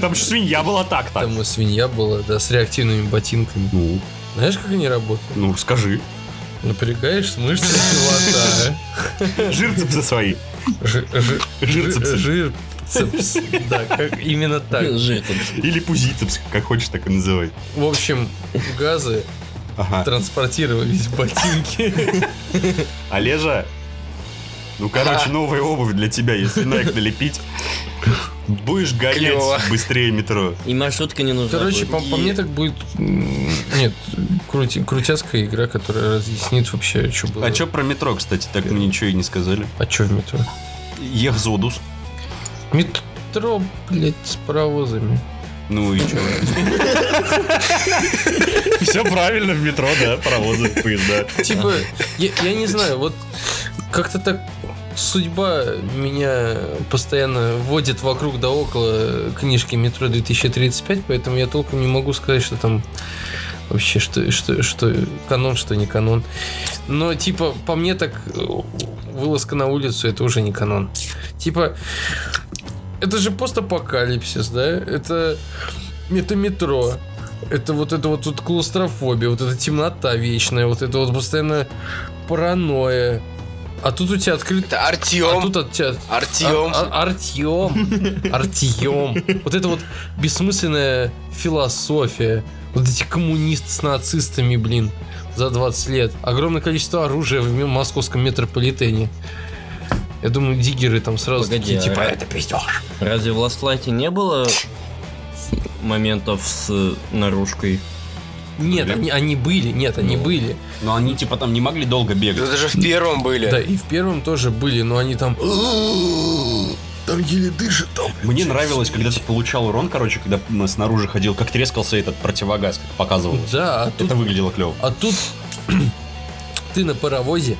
B: Там же свинья была так-то.
C: Там и свинья была, да, с реактивными ботинками.
B: Ну,
C: Знаешь, как они работают?
B: ну скажи.
C: Напрягаешь мышцы живота. а?
B: Жирцы свои.
C: Жи- жи-
B: Жирцепсы.
C: жи- Жирцепс. Да, как- именно так.
A: Жир там.
B: Или пузицепс, как хочешь, так и называй.
C: В общем, газы
B: Ага.
C: транспортировались в ботинки.
B: Олежа, ну короче, новая обувь для тебя, если Nike налепить. Будешь гонять
D: Клёво.
B: быстрее метро.
A: И маршрутка не нужна
C: Короче,
A: будет.
C: по, по мне так будет... м, Нет, крути- крутяцкая игра, которая разъяснит вообще, что было.
B: А чё про метро, кстати, так мы ничего и не сказали.
C: А чё в метро?
B: Ехзодус.
C: Метро, блядь, с паровозами.
B: Ну и чё? Все правильно в метро, да, паровозы, поезда.
C: Типа, я, я не знаю, вот как-то так судьба меня постоянно вводит вокруг да около книжки «Метро 2035», поэтому я толком не могу сказать, что там вообще что, что, что канон, что не канон. Но, типа, по мне так э, вылазка на улицу — это уже не канон. Типа, это же постапокалипсис, да? Это, это метро. Это вот это вот тут клаустрофобия, вот эта темнота вечная, вот это вот постоянно паранойя. А тут у тебя открыт...
D: Это
C: А
D: Артем.
C: тут от тебя...
D: Артем.
C: А- а- Артём. Артём. Вот это вот бессмысленная философия. Вот эти коммунисты с нацистами, блин, за 20 лет. Огромное количество оружия в м- московском метрополитене. Я думаю, диггеры там сразу
A: Погоди,
C: такие,
A: а
C: типа,
A: ра-
C: это пиздёж.
A: Разве в Ластлайте не было моментов с наружкой?
C: Нет,
B: Блин.
C: они, они были, нет, они
A: Ну.
C: были.
B: Но они типа там не могли долго
D: Ну
B: бегать.
D: даже в первом
C: Да,
D: были.
C: и в первом тоже были, но они там... Там еле дышит, там...
B: Мне нравилось, когда ты получал урон, короче, когда м, снаружи ходил, как трескался этот противогаз, как показывалось.
C: Да, а тут
B: Это выглядело клево.
C: А тут ты на паровозе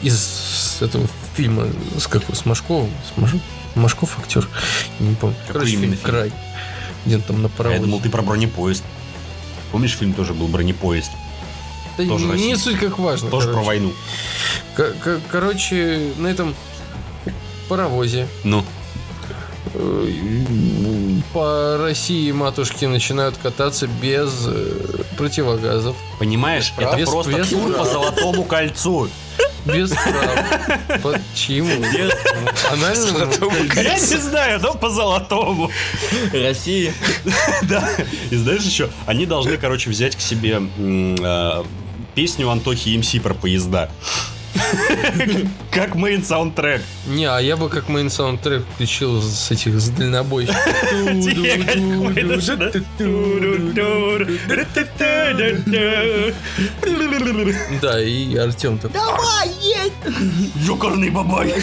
C: из этого фильма ну, с как его, с Машковым, с Маш- Машков актер, Я не помню.
B: Какой
C: Короче, фильм
B: именно фильм?
C: Край, где он там на
B: А
C: паровозе.
B: Я думал, ты про бронепоезд. Помнишь, фильм тоже был бронепоезд?
C: Да
B: тоже
C: не
B: российский.
C: суть как важно.
B: Тоже про
C: короче.
B: войну.
C: Ко- ко- Короче, на этом паровозе
B: Ну.
C: э, по России матушки начинают кататься без э, противогазов,
B: Понимаешь, это
C: Без
B: просто
C: веса,
B: тур
C: да.
B: по золотому кольцу.
C: без прав. Почему? Анальному
B: Я не знаю, но по золотому.
A: России?
B: Да. И знаешь еще, они должны, короче, взять к себе м, э, песню Антохи МС про поезда. Как мейн саундтрек.
C: Не, а я бы как мейн саундтрек включил с этих с дальнобойщиков.
B: Тихо, какой-то, да? Ту-ру-ру-ру-ру-ру-ру-ру-ру.
C: Да, и Артем такой.
B: Ёкарный бабай.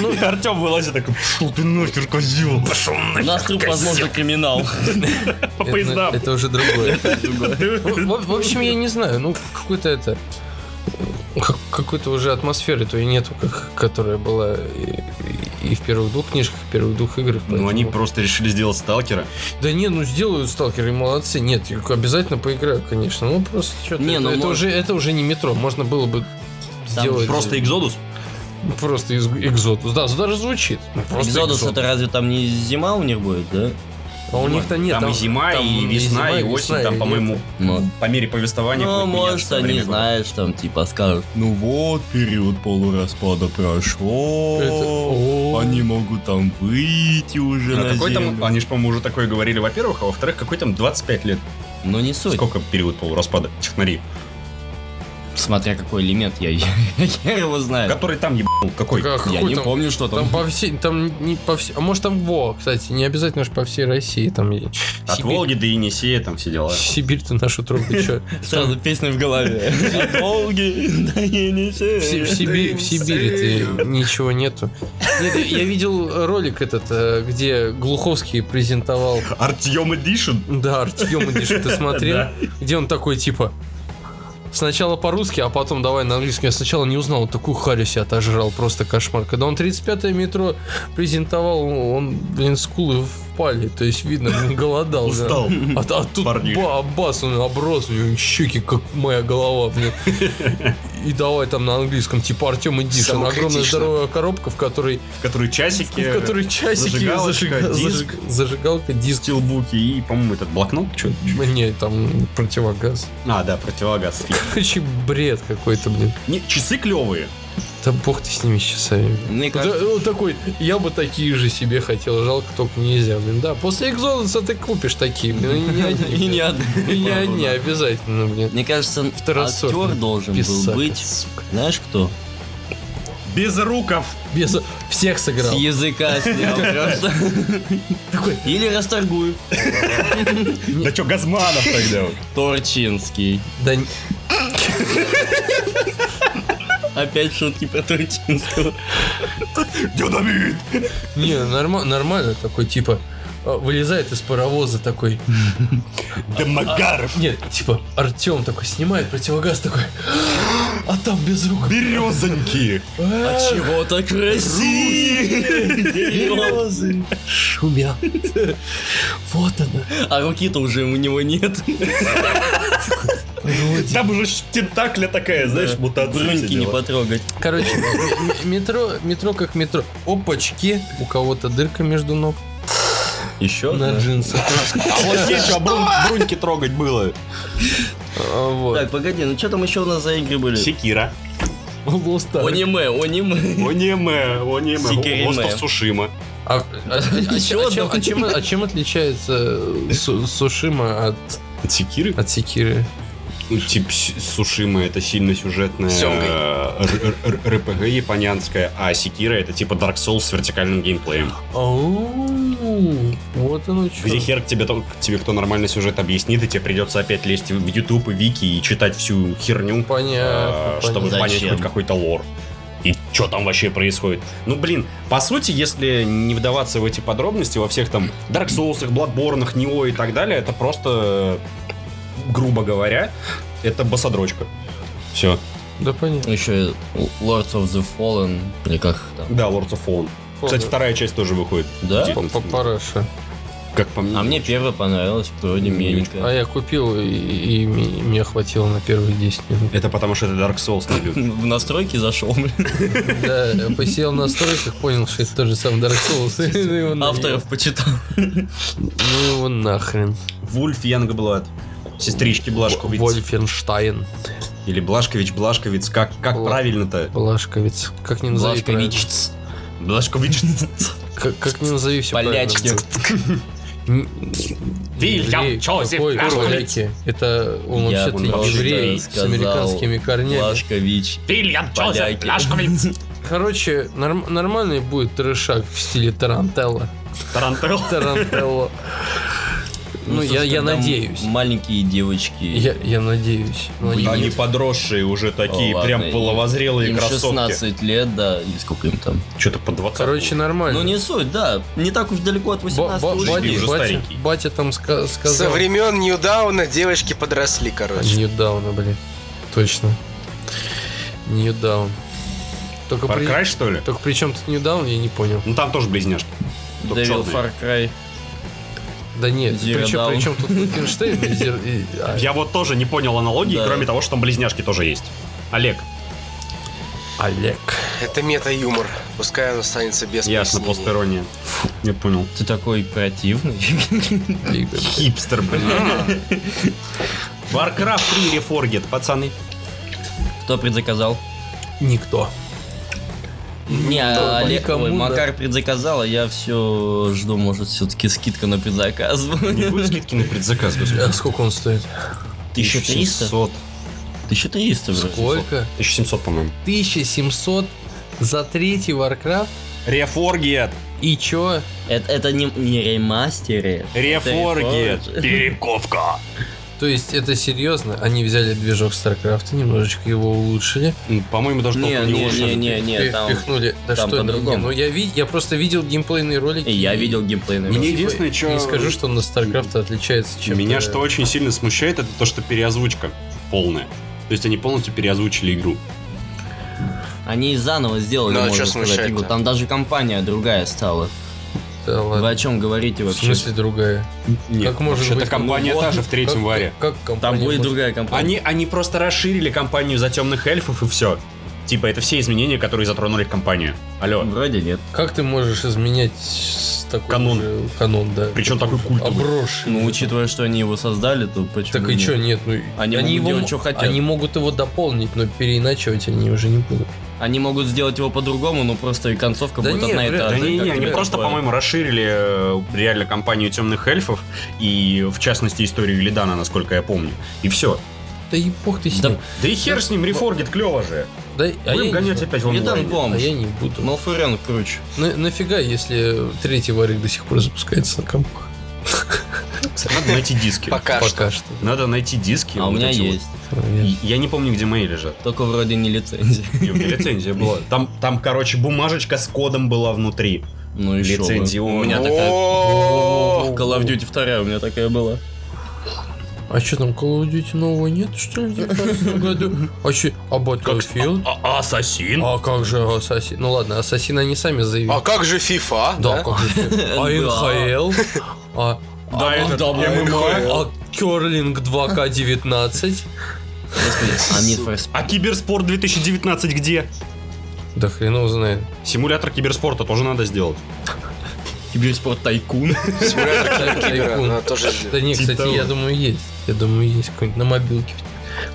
B: Ну, и Артем вылазит такой, пошел ты нахер, козел. Пошел
A: У нас
B: нахер,
A: тут, возможно, криминал.
B: по
C: «Это-
B: поездам.
C: Это уже другое. В в общем, я не знаю, ну, какой-то это... как- Какой-то уже атмосферы той нету, как- которая была и, и в первых двух книжках, и в первых двух играх.
B: Ну, они
C: поэтому-
B: просто решили сделать сталкера.
C: Да не, ну сделают сталкеры, молодцы. Нет, я обязательно поиграю, конечно. Ну просто что-то.
A: Не,
C: это,
A: ну,
C: это
A: может-
C: уже, это уже не метро. Можно было бы сделать.
B: Просто Экзодус.
C: Просто из- экзотус. Да, даже звучит. Ну, Просто
A: Экзодус это разве там не зима у них будет, да?
C: А у них-то нет.
B: Там и зима,
C: там
B: и весна,
C: зима,
B: и осень.
C: весна,
B: Там,
C: и
B: по-моему,
A: Ну.
B: по мере повествования...
A: Ну,
B: будет меняться
A: может,
B: время
A: они,
B: года.
A: знаешь, там типа скажут, ну вот, период полураспада прошел,
C: Это- О.
A: они могут там выйти уже
B: А
A: на
B: какой там-
A: землю».
B: Они же, по-моему, уже такое говорили, во-первых, а во-вторых, какой там 25 лет?
A: Ну, не суть,
B: Сколько период полураспада технари?
A: смотря какой элемент, я, я, его знаю.
B: Который там ебанул, какой?
C: Так, а какой
A: Я не
C: там?
A: помню, что
C: Там
A: там.
C: по всей, там не по всей, а может там во, кстати, не обязательно же по всей России, там и
B: От
C: Сибирь-
B: Волги до Енисея там все дела.
C: Сибирь-то нашу трогать, чё?
A: Сразу песня в голове. Долги, да я не
C: В, Си- в Сибири, в Сибири-то ничего нету. Нет, я видел ролик этот, э, где Глуховский презентовал,
B: Артем Эдишн?
C: да, Артем Эдишн, ты смотрел?
B: Да.
C: Где он такой, типа, сначала по-русски, а потом давай на английском. Я сначала не узнал, он такую харю себе отожрал, просто кошмар. Когда он 35-е метро презентовал, он, блин, скулы впали, то есть, видно, он голодал. да.
B: Устал.
C: А, т- а тут
B: Парнишка.
C: ба- бас, он оброс, у него щеки, как моя голова, блин. И давай там на английском, типа Артем Эдишн, огромная
D: Самокритично.
C: здоровая коробка, в которой,
B: В которой часики,
C: в которой часики,
B: зажигалочка,
C: зажига-
B: диск.
C: зажиг- зажигалка, диск.
B: стилбуки и, по-моему, этот блокнот? Чё?
C: Не, там противогаз.
B: А, да, противогаз.
C: Короче, бред какой-то, блин.
B: Не, часы клевые.
C: Да бог ты с ними с часами.
A: Мне
C: Да,
A: кажется,
C: он такой, я бы такие же себе хотел, жалко, только нельзя, блин, да. После Экзодуса ты купишь такие, блин, и не одни,
A: и не одна.
C: блин. И не одни, обязательно, блин.
A: Мне кажется,
C: Второсортный
A: актер должен был
C: писака,
A: быть,
C: сука.
A: знаешь кто?
B: Без руков.
C: Без... Всех
A: С
C: сыграл.
A: языка снял просто.
C: Такой,
A: Или Расторгуев.
B: Да чё, Газманов тогда вот.
A: Торчинский.
C: да н-
A: Опять шутки про Торчинского.
B: Динамит.
C: не, норма- нормально такой, типа, а, вылезает из паровоза такой.
B: Демагаров.
C: Нет, типа, Артем такой снимает противогаз такой, а там без рук.
B: Березоньки.
A: А чего так красиво?
C: Березы шумят. Вот она.
A: А руки-то уже у него нет.
C: природа.
B: Там уже ж тентакля такая, знаешь, мутация.
A: Брюньки не
B: сидела.
A: потрогать.
C: Короче, м- м- метро, метро как метро. Опачки, у кого-то дырка между ног
A: Еще?
C: на джинсах.
B: А вот нечего брун- бруньки трогать было.
C: А, Вот.
A: Так, погоди, ну что там еще у нас за игры были?
B: Секира.
C: Lost Ark.
A: Аниме, аниме.
B: Ониме, ониме.
A: Секириме.
B: Остров Сушима.
C: А, а- а- а чем- а чем- а чем- а чем отличается э, Су- Сушима от,
B: Секиры?
C: от Секиры?
B: Ну, типа, с- Сушима это сильно сюжетная
D: Сёмгой.
B: э, р- р- р- РПГ японянская, а Секира это типа Dark Souls с вертикальным геймплеем.
C: Ау, вот оно что.
B: Где хер к тебе, то- к тебе кто нормальный сюжет объяснит, и тебе придется опять лезть в YouTube и Вики и читать всю херню, э,
C: Понятно.
B: чтобы
A: понятно.
B: понять
A: Зачем?
B: хоть какой-то лор. И что там вообще происходит? Ну, блин, по сути, если не вдаваться в эти подробности, во всех там Dark Souls, Bloodborne, Нео и так далее, это просто, э, грубо говоря, это босодрочка. Все.
C: понятно. Да понятно.
A: Еще Ну Lords of the Fallen, или как их там.
B: Да, Lords of Fallen. Кстати,
C: Ладно.
B: вторая часть тоже выходит.
A: Да?
B: Где-
C: Папараша.
B: Как по мне.
A: А мне первая понравилась, вроде
C: А
A: миленькая.
C: я купил, и, и ми- мне хватило на первые 10 минут.
B: Это потому, что это Dark Souls. не любит.
A: В настройки зашел, блин.
C: Да, я посидел на стройках, понял, что это тот же самый Dark Souls. и ну
A: А
C: его на-
A: Авторов почитал.
C: Ну его нахрен.
B: Вульф Янгблад. Сестрички Блашковиц.
C: Вольфенштайн.
B: Или Блашкович, Блашковиц. Как, как
C: Бла-
B: правильно-то?
C: Блашковец. Как не назови
A: Блажка
C: правильно.
A: Вичц.
B: Блашкович.
C: Как, как не назови все
A: Болячки.
C: правильно. Н-
B: Вильям
C: Еврей.
B: Джозеф
C: Какой
B: Блажкович.
C: поляки? Это он
A: Я
C: вообще-то
A: бы тоже
C: еврей
A: так
C: с
A: сказал.
C: американскими корнями.
A: Лашкович.
B: Вильям Джозеф
A: Поляки.
B: Пляшковиц.
C: Короче, норм- нормальный будет трешак в стиле Тарантелла.
B: Тарантел.
C: Тарантелла. Ну, я, я
A: Там
C: надеюсь.
A: Маленькие девочки.
C: Я, я надеюсь. Ну, они-
B: Они подросшие уже такие,
A: О, ладно,
B: прям
A: им-
B: половозрелые
A: Им
B: красотки.
A: 16 лет, да, и сколько им там?
B: Что-то по 20.
C: Короче, нормально.
A: Ну не суть, да, не так уж далеко от
C: Ба-
A: 18
C: ба-
A: ушли.
B: Владимир.
C: батя,
B: уже
C: батя-
B: старенький.
C: батя там ска-
D: Со
C: сказал.
D: времен Ньюдауна девочки подросли, короче.
C: Ньюдауна, блин. Точно. Ньюдаун. Только
B: Far
C: при...
B: Cry, что ли?
C: Только при чем тут Ньюдаун, я не понял.
B: Ну там тоже близняшки. Только
A: Devil
B: чёрные.
A: Far Cry.
C: Да нет,
A: Zero
C: при чем,
A: Dawn.
C: при чем тут Wolfenstein и Zero- и- а,
B: Я вот тоже не понял аналогии,
A: Да.
B: кроме того, что там близняшки тоже есть. Олег,
C: А-, Олег.
D: Это мета-юмор. Пускай он останется без
B: ясно,
D: пояснений.
B: постерония. Фу, не понял.
A: Ты такой противный.
C: И-
B: Хипстер, блин. Warcraft 3 Reforged, пацаны.
A: Кто предзаказал?
C: Никто.
A: Не,
C: Да,
A: Олег,
C: никому,
A: ой,
C: да.
A: Макар предзаказал, а я все жду, может, все-таки скидка на предзаказ.
B: Не будет скидки на предзаказ, господи.
C: А сколько он стоит?
A: 1300?
B: 1700.
A: 1300 вроде.
C: Сколько?
B: 1700, по-моему.
C: 1700 за третий Warcraft?
B: Reforged.
C: И чё?
A: Это, это не, не ремастеры. это
B: Reforged.
A: Reforged.
B: Перековка.
C: То есть это серьезно? Они взяли движок StarCraft, немножечко его улучшили,
B: М, По-моему, даже
A: Не,
B: толком не
A: не, не,
B: очень.
A: не, не,
C: пи-
A: там...
C: впихнули. Да
A: там
C: что, не,
A: по-другому.
C: не, ну я, ви- я просто видел геймплейные ролики.
A: И я
C: и-
A: видел геймплейный
B: Мне
A: ролик.
B: единственное, что...
C: Не скажу, что на StarCraft отличается чем-то.
B: Меня что очень сильно смущает, это то, что переозвучка полная. То есть они полностью переозвучили игру.
A: Они заново сделали,
D: Ну, а
A: можно
D: чё
A: сказать,
D: смущает-то?
A: игру. Там даже компания другая стала.
C: Да ладно.
A: Вы о чем говорите
C: В
A: вообще?
C: смысле другая?
B: Нет,
C: Как может
B: вообще-то
C: быть?
B: компания
A: Ну,
B: та
A: вот.
B: же в третьем
C: Как-
B: варе.
C: Как компания
A: Там будет
C: может-
A: другая компания.
B: Они, они просто расширили компанию за темных эльфов и все. Типа, это все изменения, которые затронули компанию. Алло.
A: Вроде нет.
C: Как ты можешь изменять с такой
B: Канон.
C: же- канон, да.
B: Причем такой культовый.
C: Обросший.
A: Ну, учитывая, что они его создали, то почему
C: Так и
A: нет?
C: чё, нет, ну...
A: Они могут
C: его
A: делать,
C: мо-
A: чё хотят.
C: Они могут его дополнить, но переиначивать они уже не будут.
A: Они могут сделать его по-другому, но просто и концовка
C: Да
A: будет
C: не,
A: одна и
C: вряд-
A: та
B: Да
A: же.
B: не, не,
A: как
B: они
A: тебе
B: просто,
A: такое?
B: по-моему, расширили э, реально компанию темных эльфов и, в частности, историю Лидана, насколько я помню. И все.
C: Да и бог ты с
A: Да
C: ним.
B: Да и хер с ним, рефоргит клево же.
C: Да, а я
B: Будем
C: не
B: гонять
C: знаю.
B: опять в
A: Лидан
B: онлайне.
A: бомж.
C: А я не буду.
A: Ну. Малфурен круче.
C: На- нафига, если третий варик до сих пор запускается на компах?
B: Надо найти диски.
D: Пока что.
C: Пока что.
B: Надо найти диски.
A: А у
B: вот
A: меня
B: эти вот.
A: есть.
B: И- Я не помню, где мои лежат.
A: Только вроде не лицензия.
B: Не, у меня лицензия была. Там, там, короче, бумажечка с кодом была внутри.
A: Ну и шо вы.
B: Лицензионная.
A: У меня такая...
D: О,
A: Call of Duty 2 у меня такая была.
C: А что там, Call of Duty нового нет, что ли, в 19 году? А что, а Battlefield?
B: ассасин?
C: А как же Ассасин? Ну ладно, Ассасин они сами заявили.
D: А как же FIFA?
C: Да, как же. А НХЛ? А
B: Да, это ММА.
C: а Керлинг 2К19?
A: Господи, а Need for
B: А киберспорт 2019 где?
C: Да хрен его знает.
B: Симулятор киберспорта тоже надо сделать.
A: Speed? Киберспорт Тайкун.
D: Симулятор кибера,
C: Тайкун.
D: она тоже
C: Да не,
B: Типа
C: кстати, я
B: того.
C: думаю, есть. Я думаю, есть какой-нибудь на мобилке.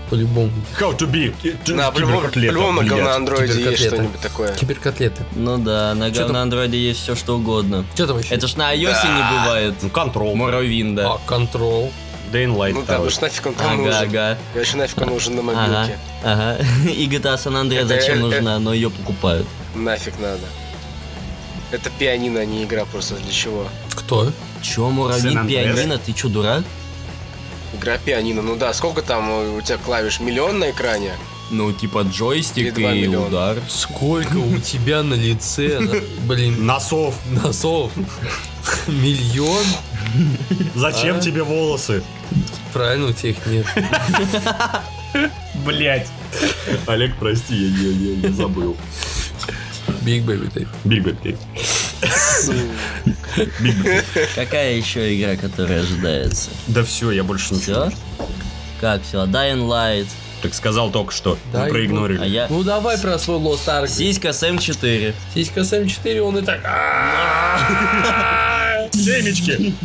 C: По-любому.
B: How to be?
D: Да, по-любому по-любому на говно андроиде есть
C: Киберкотлета.
D: что-нибудь такое.
C: Киберкотлеты.
A: Ну да, на
C: Чё там?
A: на андроиде есть все что угодно.
C: Что там еще?
A: Это ж на iOS не бывает.
B: Контрол.
A: Моровин, да.
C: А, контрол.
B: Дейнлайт.
D: Ну да, потому что нафиг он там
A: Ага,
D: нужен.
A: ага.
D: Вообще нафиг он нужен на
A: Ага,
D: мобилке.
A: ага. И GTA San Andreas
D: Это-
A: зачем
D: это-
A: нужна, но ее покупают.
D: Нафиг надо. Это пианино, а не игра просто для чего.
C: Кто?
A: Чё,
B: San
A: муравьи,
B: Andreas?
A: пианино, ты чё, дурак?
D: Игра пианино. Ну да, сколько там у у тебя клавиш? Миллион на экране?
A: Ну, типа джойстик
D: Или два
A: и
D: миллиона.
A: удар.
C: Сколько у тебя на лице, на- блин,
B: Носов.
C: носов? Миллион?
B: Зачем тебе волосы?
C: Правильно, у тех нет.
B: Блять. Олег, прости, я не, не- не забыл.
C: Биг Бэби Тейп.
B: Биг Бэп Тейп. Биг Бэп Тейп.
A: Какая еще игра, которая ожидается?
B: Да все, я больше ничего.
A: Все? Как все? Dying Light.
B: Так сказал только что.
C: Да,
B: Мы
C: и
A: А
B: проигнорили.
A: я...
C: Ну давай про свой Lost Ark.
A: Сиська Сэм4.
C: Сиська Сэм 4, он и так...
B: Семечки!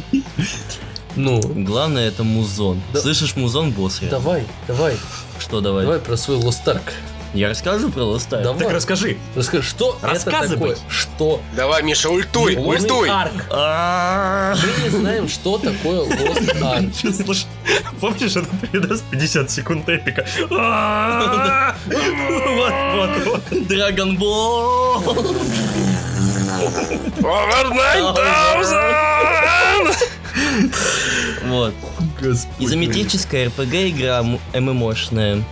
C: Ну,
A: Главное это музон.
C: Да.
A: Слышишь, музон босс? реально.
C: давай, давай,
A: Что давай?
C: давай про свой Lost Ark.
A: Я расскажу про Ластайф.
C: Давай.
B: Так расскажи.
C: Расскажи, что это
B: Рассказывай.
C: такое? Что?
D: Давай, Миша, ультуй,
C: Лос
D: ультуй.
C: Арк.
A: А,
C: Мы не знаем, что такое Лос Арк.
B: Чё, слушай, Помнишь этот передаст 50 секунд эпика? А-а-а! Вот, вот, вот.
A: Dragon Ball! Вот. Изометрическая РПГ-игра ММОшная.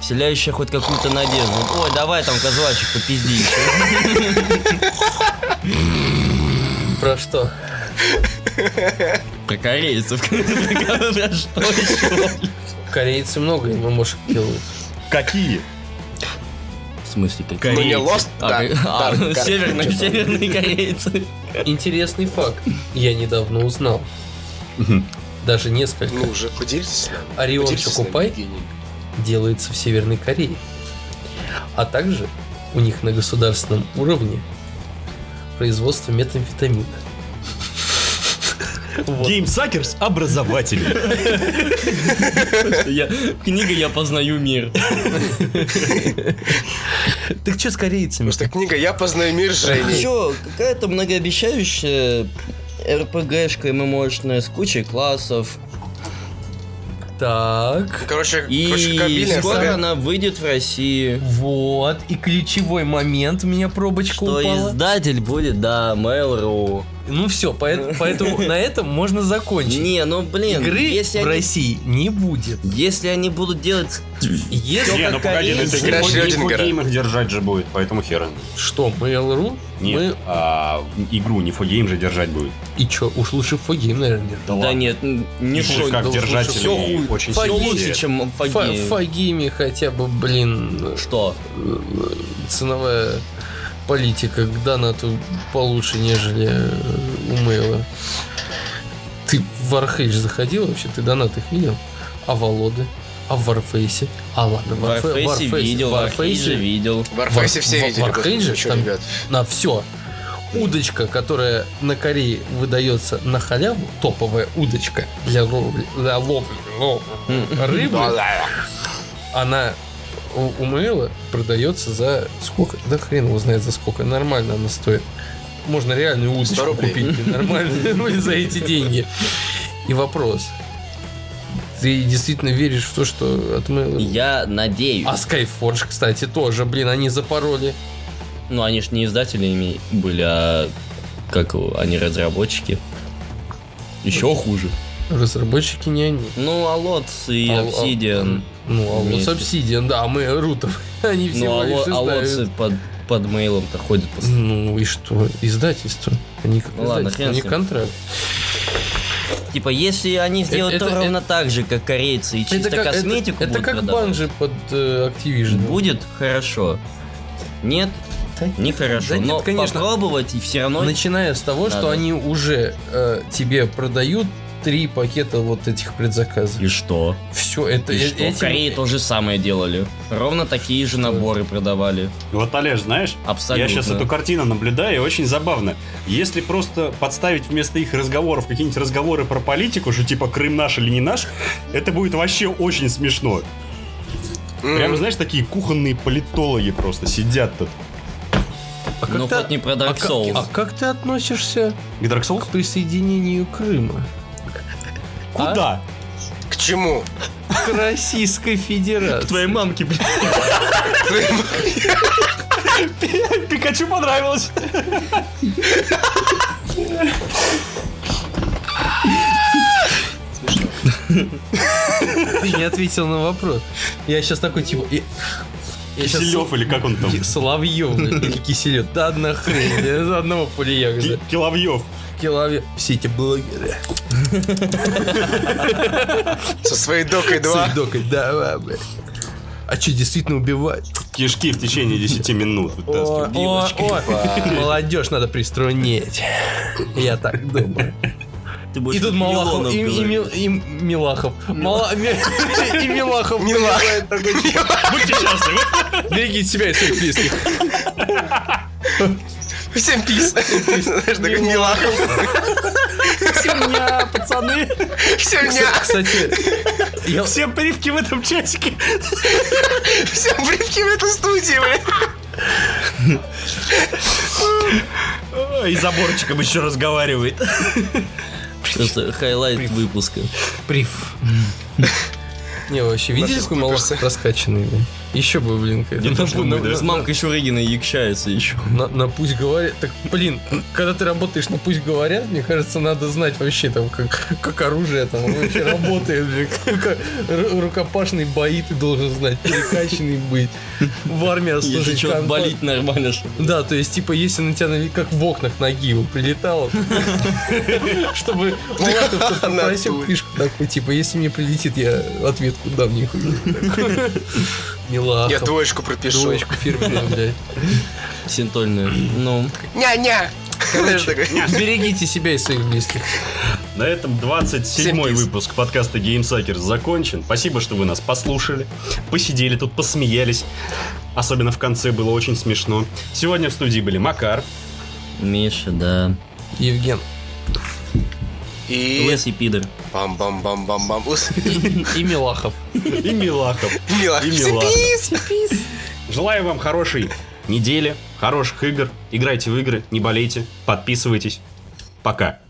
A: Вселяющая хоть какую-то надежду. Ой, давай там, козлачек, попизди еще.
C: Про что?
A: Про корейцев. Про что еще?
C: Корейцы много ММОшек делают.
B: Какие?
A: В смысле, какие?
D: Ну не лост,
A: А,
D: да.
A: а,
D: да, да.
A: северные, северные корейцы.
C: Интересный факт. Я недавно узнал.
B: Мгм.
C: Даже несколько.
D: Ну уже, поделитесь с нами.
C: Орион
D: Поделитесь с нами,
C: Чокупай
D: Евгений.
C: делается в Северной Корее. А также у них на государственном уровне производство метамфетамина. Вот.
B: Геймсакерс образователи.
A: Я- Книга «Я познаю мир».
C: Так что с корейцами?
D: Просто книга «Я познаю мир Жени».
A: Чё, какая-то многообещающая РПГшка ММОшная с кучей классов.
C: Так.
D: Короче, короче,
A: И
D: кабина,
A: скоро
D: какая-
A: она выйдет в России.
C: Вот. И ключевой момент у меня пробочка
A: Что
C: упала.
A: издатель будет, да, Mail.ru.
C: Ну все, поэтому на этом можно закончить.
A: Не, ну блин,
C: Игры
A: если
C: в
A: они,
C: России не будет.
A: если они будут делать...
C: Если
B: Не, ну погоди, ну это
D: корейцы.
B: игра
D: Для Шрёдингера.
B: Фогеймер держать же будет, поэтому хера.
C: Что, Mail.ru?
B: Нет,
C: Мы...
B: а, игру не фогейм же держать будет.
C: И чё, уж лучше Фогейм, наверное,
A: Да,
B: ладно.
A: нет, н- не
B: Игры
A: фой.
B: как
A: да,
B: держатели
A: слушай, всё хуй-
B: очень
A: всё
B: сильные.
A: лучше, чем
C: Фа-
A: фагеи.
C: Фагими хотя бы, блин,
A: Что?
C: э, ценовая политика к донату получше, нежели э, у Мэйла. Ты в Warhage заходил вообще? Ты донат их видел? А Володы? А в Warface? А ладно,
A: В Warface видел, в Warface видел.
D: В Warface все
C: Вар-
D: видели.
C: Warface же
D: Чё,
C: там-
D: ребят?
C: на все. Удочка, которая на Корее выдается на халяву, топовая удочка для ловли, для ловли, лов- рыбы, она у, у Мэйла продается за сколько? Да хрен его знает за сколько. Нормально она стоит. Можно реальную удочку
D: рублей.
C: купить нормально ну, и за эти деньги. И вопрос. Ты действительно веришь в то, что от Мэйла...
A: Я надеюсь.
C: А Skyforge, кстати, тоже, блин, они запороли.
A: Ну, они ж не издателями были, а как его, они разработчики. Еще хуже.
C: Разработчики не они.
A: Ну, Алотс и
C: Ал- ал-
A: Obsidian.
C: Ну, а вот
A: Вместе.
C: Obsidian, да, мы рутов. Они все
A: Ну,
C: лишь
A: Ало- Алотсы
C: издают.
A: под, под мейлом-то ходят. постоянно.
C: Ну и что? Издательство. Они как
A: Ну ладно,
C: издательство,
A: хрен с
C: они
A: ним.
C: контракт.
A: Типа, если они сделают
C: Э, это-
A: то
C: это-
A: ровно так же, как корейцы, и чисто косметику
C: это, это
A: будут
C: как
A: продавать,
C: банжи под э, Activision.
A: будет хорошо. Нет, нехорошо.
C: да нет,
A: но
C: конечно.
A: попробовать и все равно...
C: Начиная с того,
A: Да,
C: что
A: да.
C: они уже э, тебе продают три пакета вот этих предзаказов.
A: И что?
C: Все, это
A: И
C: э-
A: что?
C: этим-
A: В Корее то же самое делали. Ровно такие же наборы продавали.
B: Ну, Вот, Олеж, знаешь,
A: Абсолютно.
B: я сейчас эту картину наблюдаю, и очень забавно. Если просто подставить вместо их разговоров какие-нибудь разговоры про политику, что типа Крым наш или не наш, это будет вообще очень смешно.
D: М,
B: Прям, знаешь, такие кухонные политологи просто сидят тут.
C: А как
A: Ну,
C: ты-
A: хоть не про
C: а
A: Dark
C: как-
A: Souls.
C: а как ты относишься
B: К Dark Souls?
C: к присоединению Крыма? А?
B: Куда?
D: К чему?
C: К Российской Федерации.
A: мамке,
B: Пикачу понравилось.
C: Ты не ответил на вопрос. Я сейчас такой типа... и- Я щас-
B: Киселев или как он там?
C: Ки- Соловьев блин, или Киселев. Да одна хрень. я из одного поля ягода.
B: Ки- Киловьев.
C: Килове. Все эти блогеры.
D: Со своей докой 2?
C: С докой. Давай, блядь. А что, действительно убивать?
B: Кишки в течение 10 минут.
C: О,
B: вытаскивают.
C: о, о. Молодежь надо приструнить. Я так думаю.
A: Ты будешь
C: И тут
A: как
C: а Малахов,
A: Милонов
C: и, и
A: говорить.
C: Мил- и Милахов. Мала- и Милахов.
D: Милах.
C: убивает такой,
B: Будьте счастливы.
C: Берегите себя и своих близких.
D: Всем пис. Знаешь, такой Милахов.
C: Семья, пацаны.
D: Всем
C: Кс-
D: дня.
C: Кстати,
A: Я-
B: Всем привки в этом часике.
D: Все бритки в этой студии, блин.
B: И заборчиком еще разговаривает.
A: Просто хайлайт выпуска.
C: Приф. Не, вообще, видели,
D: Наши
C: какой малахов
D: скуперсы.
C: раскачанный? блин? Еще бы, блин, как-
B: Не то, что мы, да.
A: ну, С мамкой Шурыгиной якщается еще.
C: на, на пусть говорят. Так, блин, когда ты работаешь на пусть говорят, мне кажется, надо знать вообще там, как, как оружие там вообще работает, блин, как- как ру- рукопашные бои ты должен знать, перекачанный быть. В армии
A: Если
C: служить
A: что
C: контакт.
A: болит нормально, что
C: Да, то есть, типа, если на тебя нави- как в окнах ноги вот прилетало, чтобы Малахов тут
D: Да,
C: попросил
D: натуре.
C: фишку такой, типа, если мне прилетит, я ответку дам нихуя. Милахов.
D: Я двоечку пропишу.
C: Двоечку фирменную, блядь.
A: синтольное. Ну,
D: Ня-ня. Знаешь, такой,
C: Берегите себя и своих близких.
B: На этом 27-й
D: Всем пиз.
B: выпуск подкаста GameSuckers закончен. Спасибо, что вы нас послушали, посидели тут, посмеялись. Особенно в конце было очень смешно. Сегодня в студии были Макар,
A: Миша, да.
C: Евген.
D: И...
A: Лес и пидор.
D: Бам-бам-бам-бам-бам. Ус-
C: И Милахов.
B: и Милахов.
D: Мила.
B: И Милахов. Желаю вам хорошей недели, хороших игр. Играйте в игры, не болейте, подписывайтесь. Пока.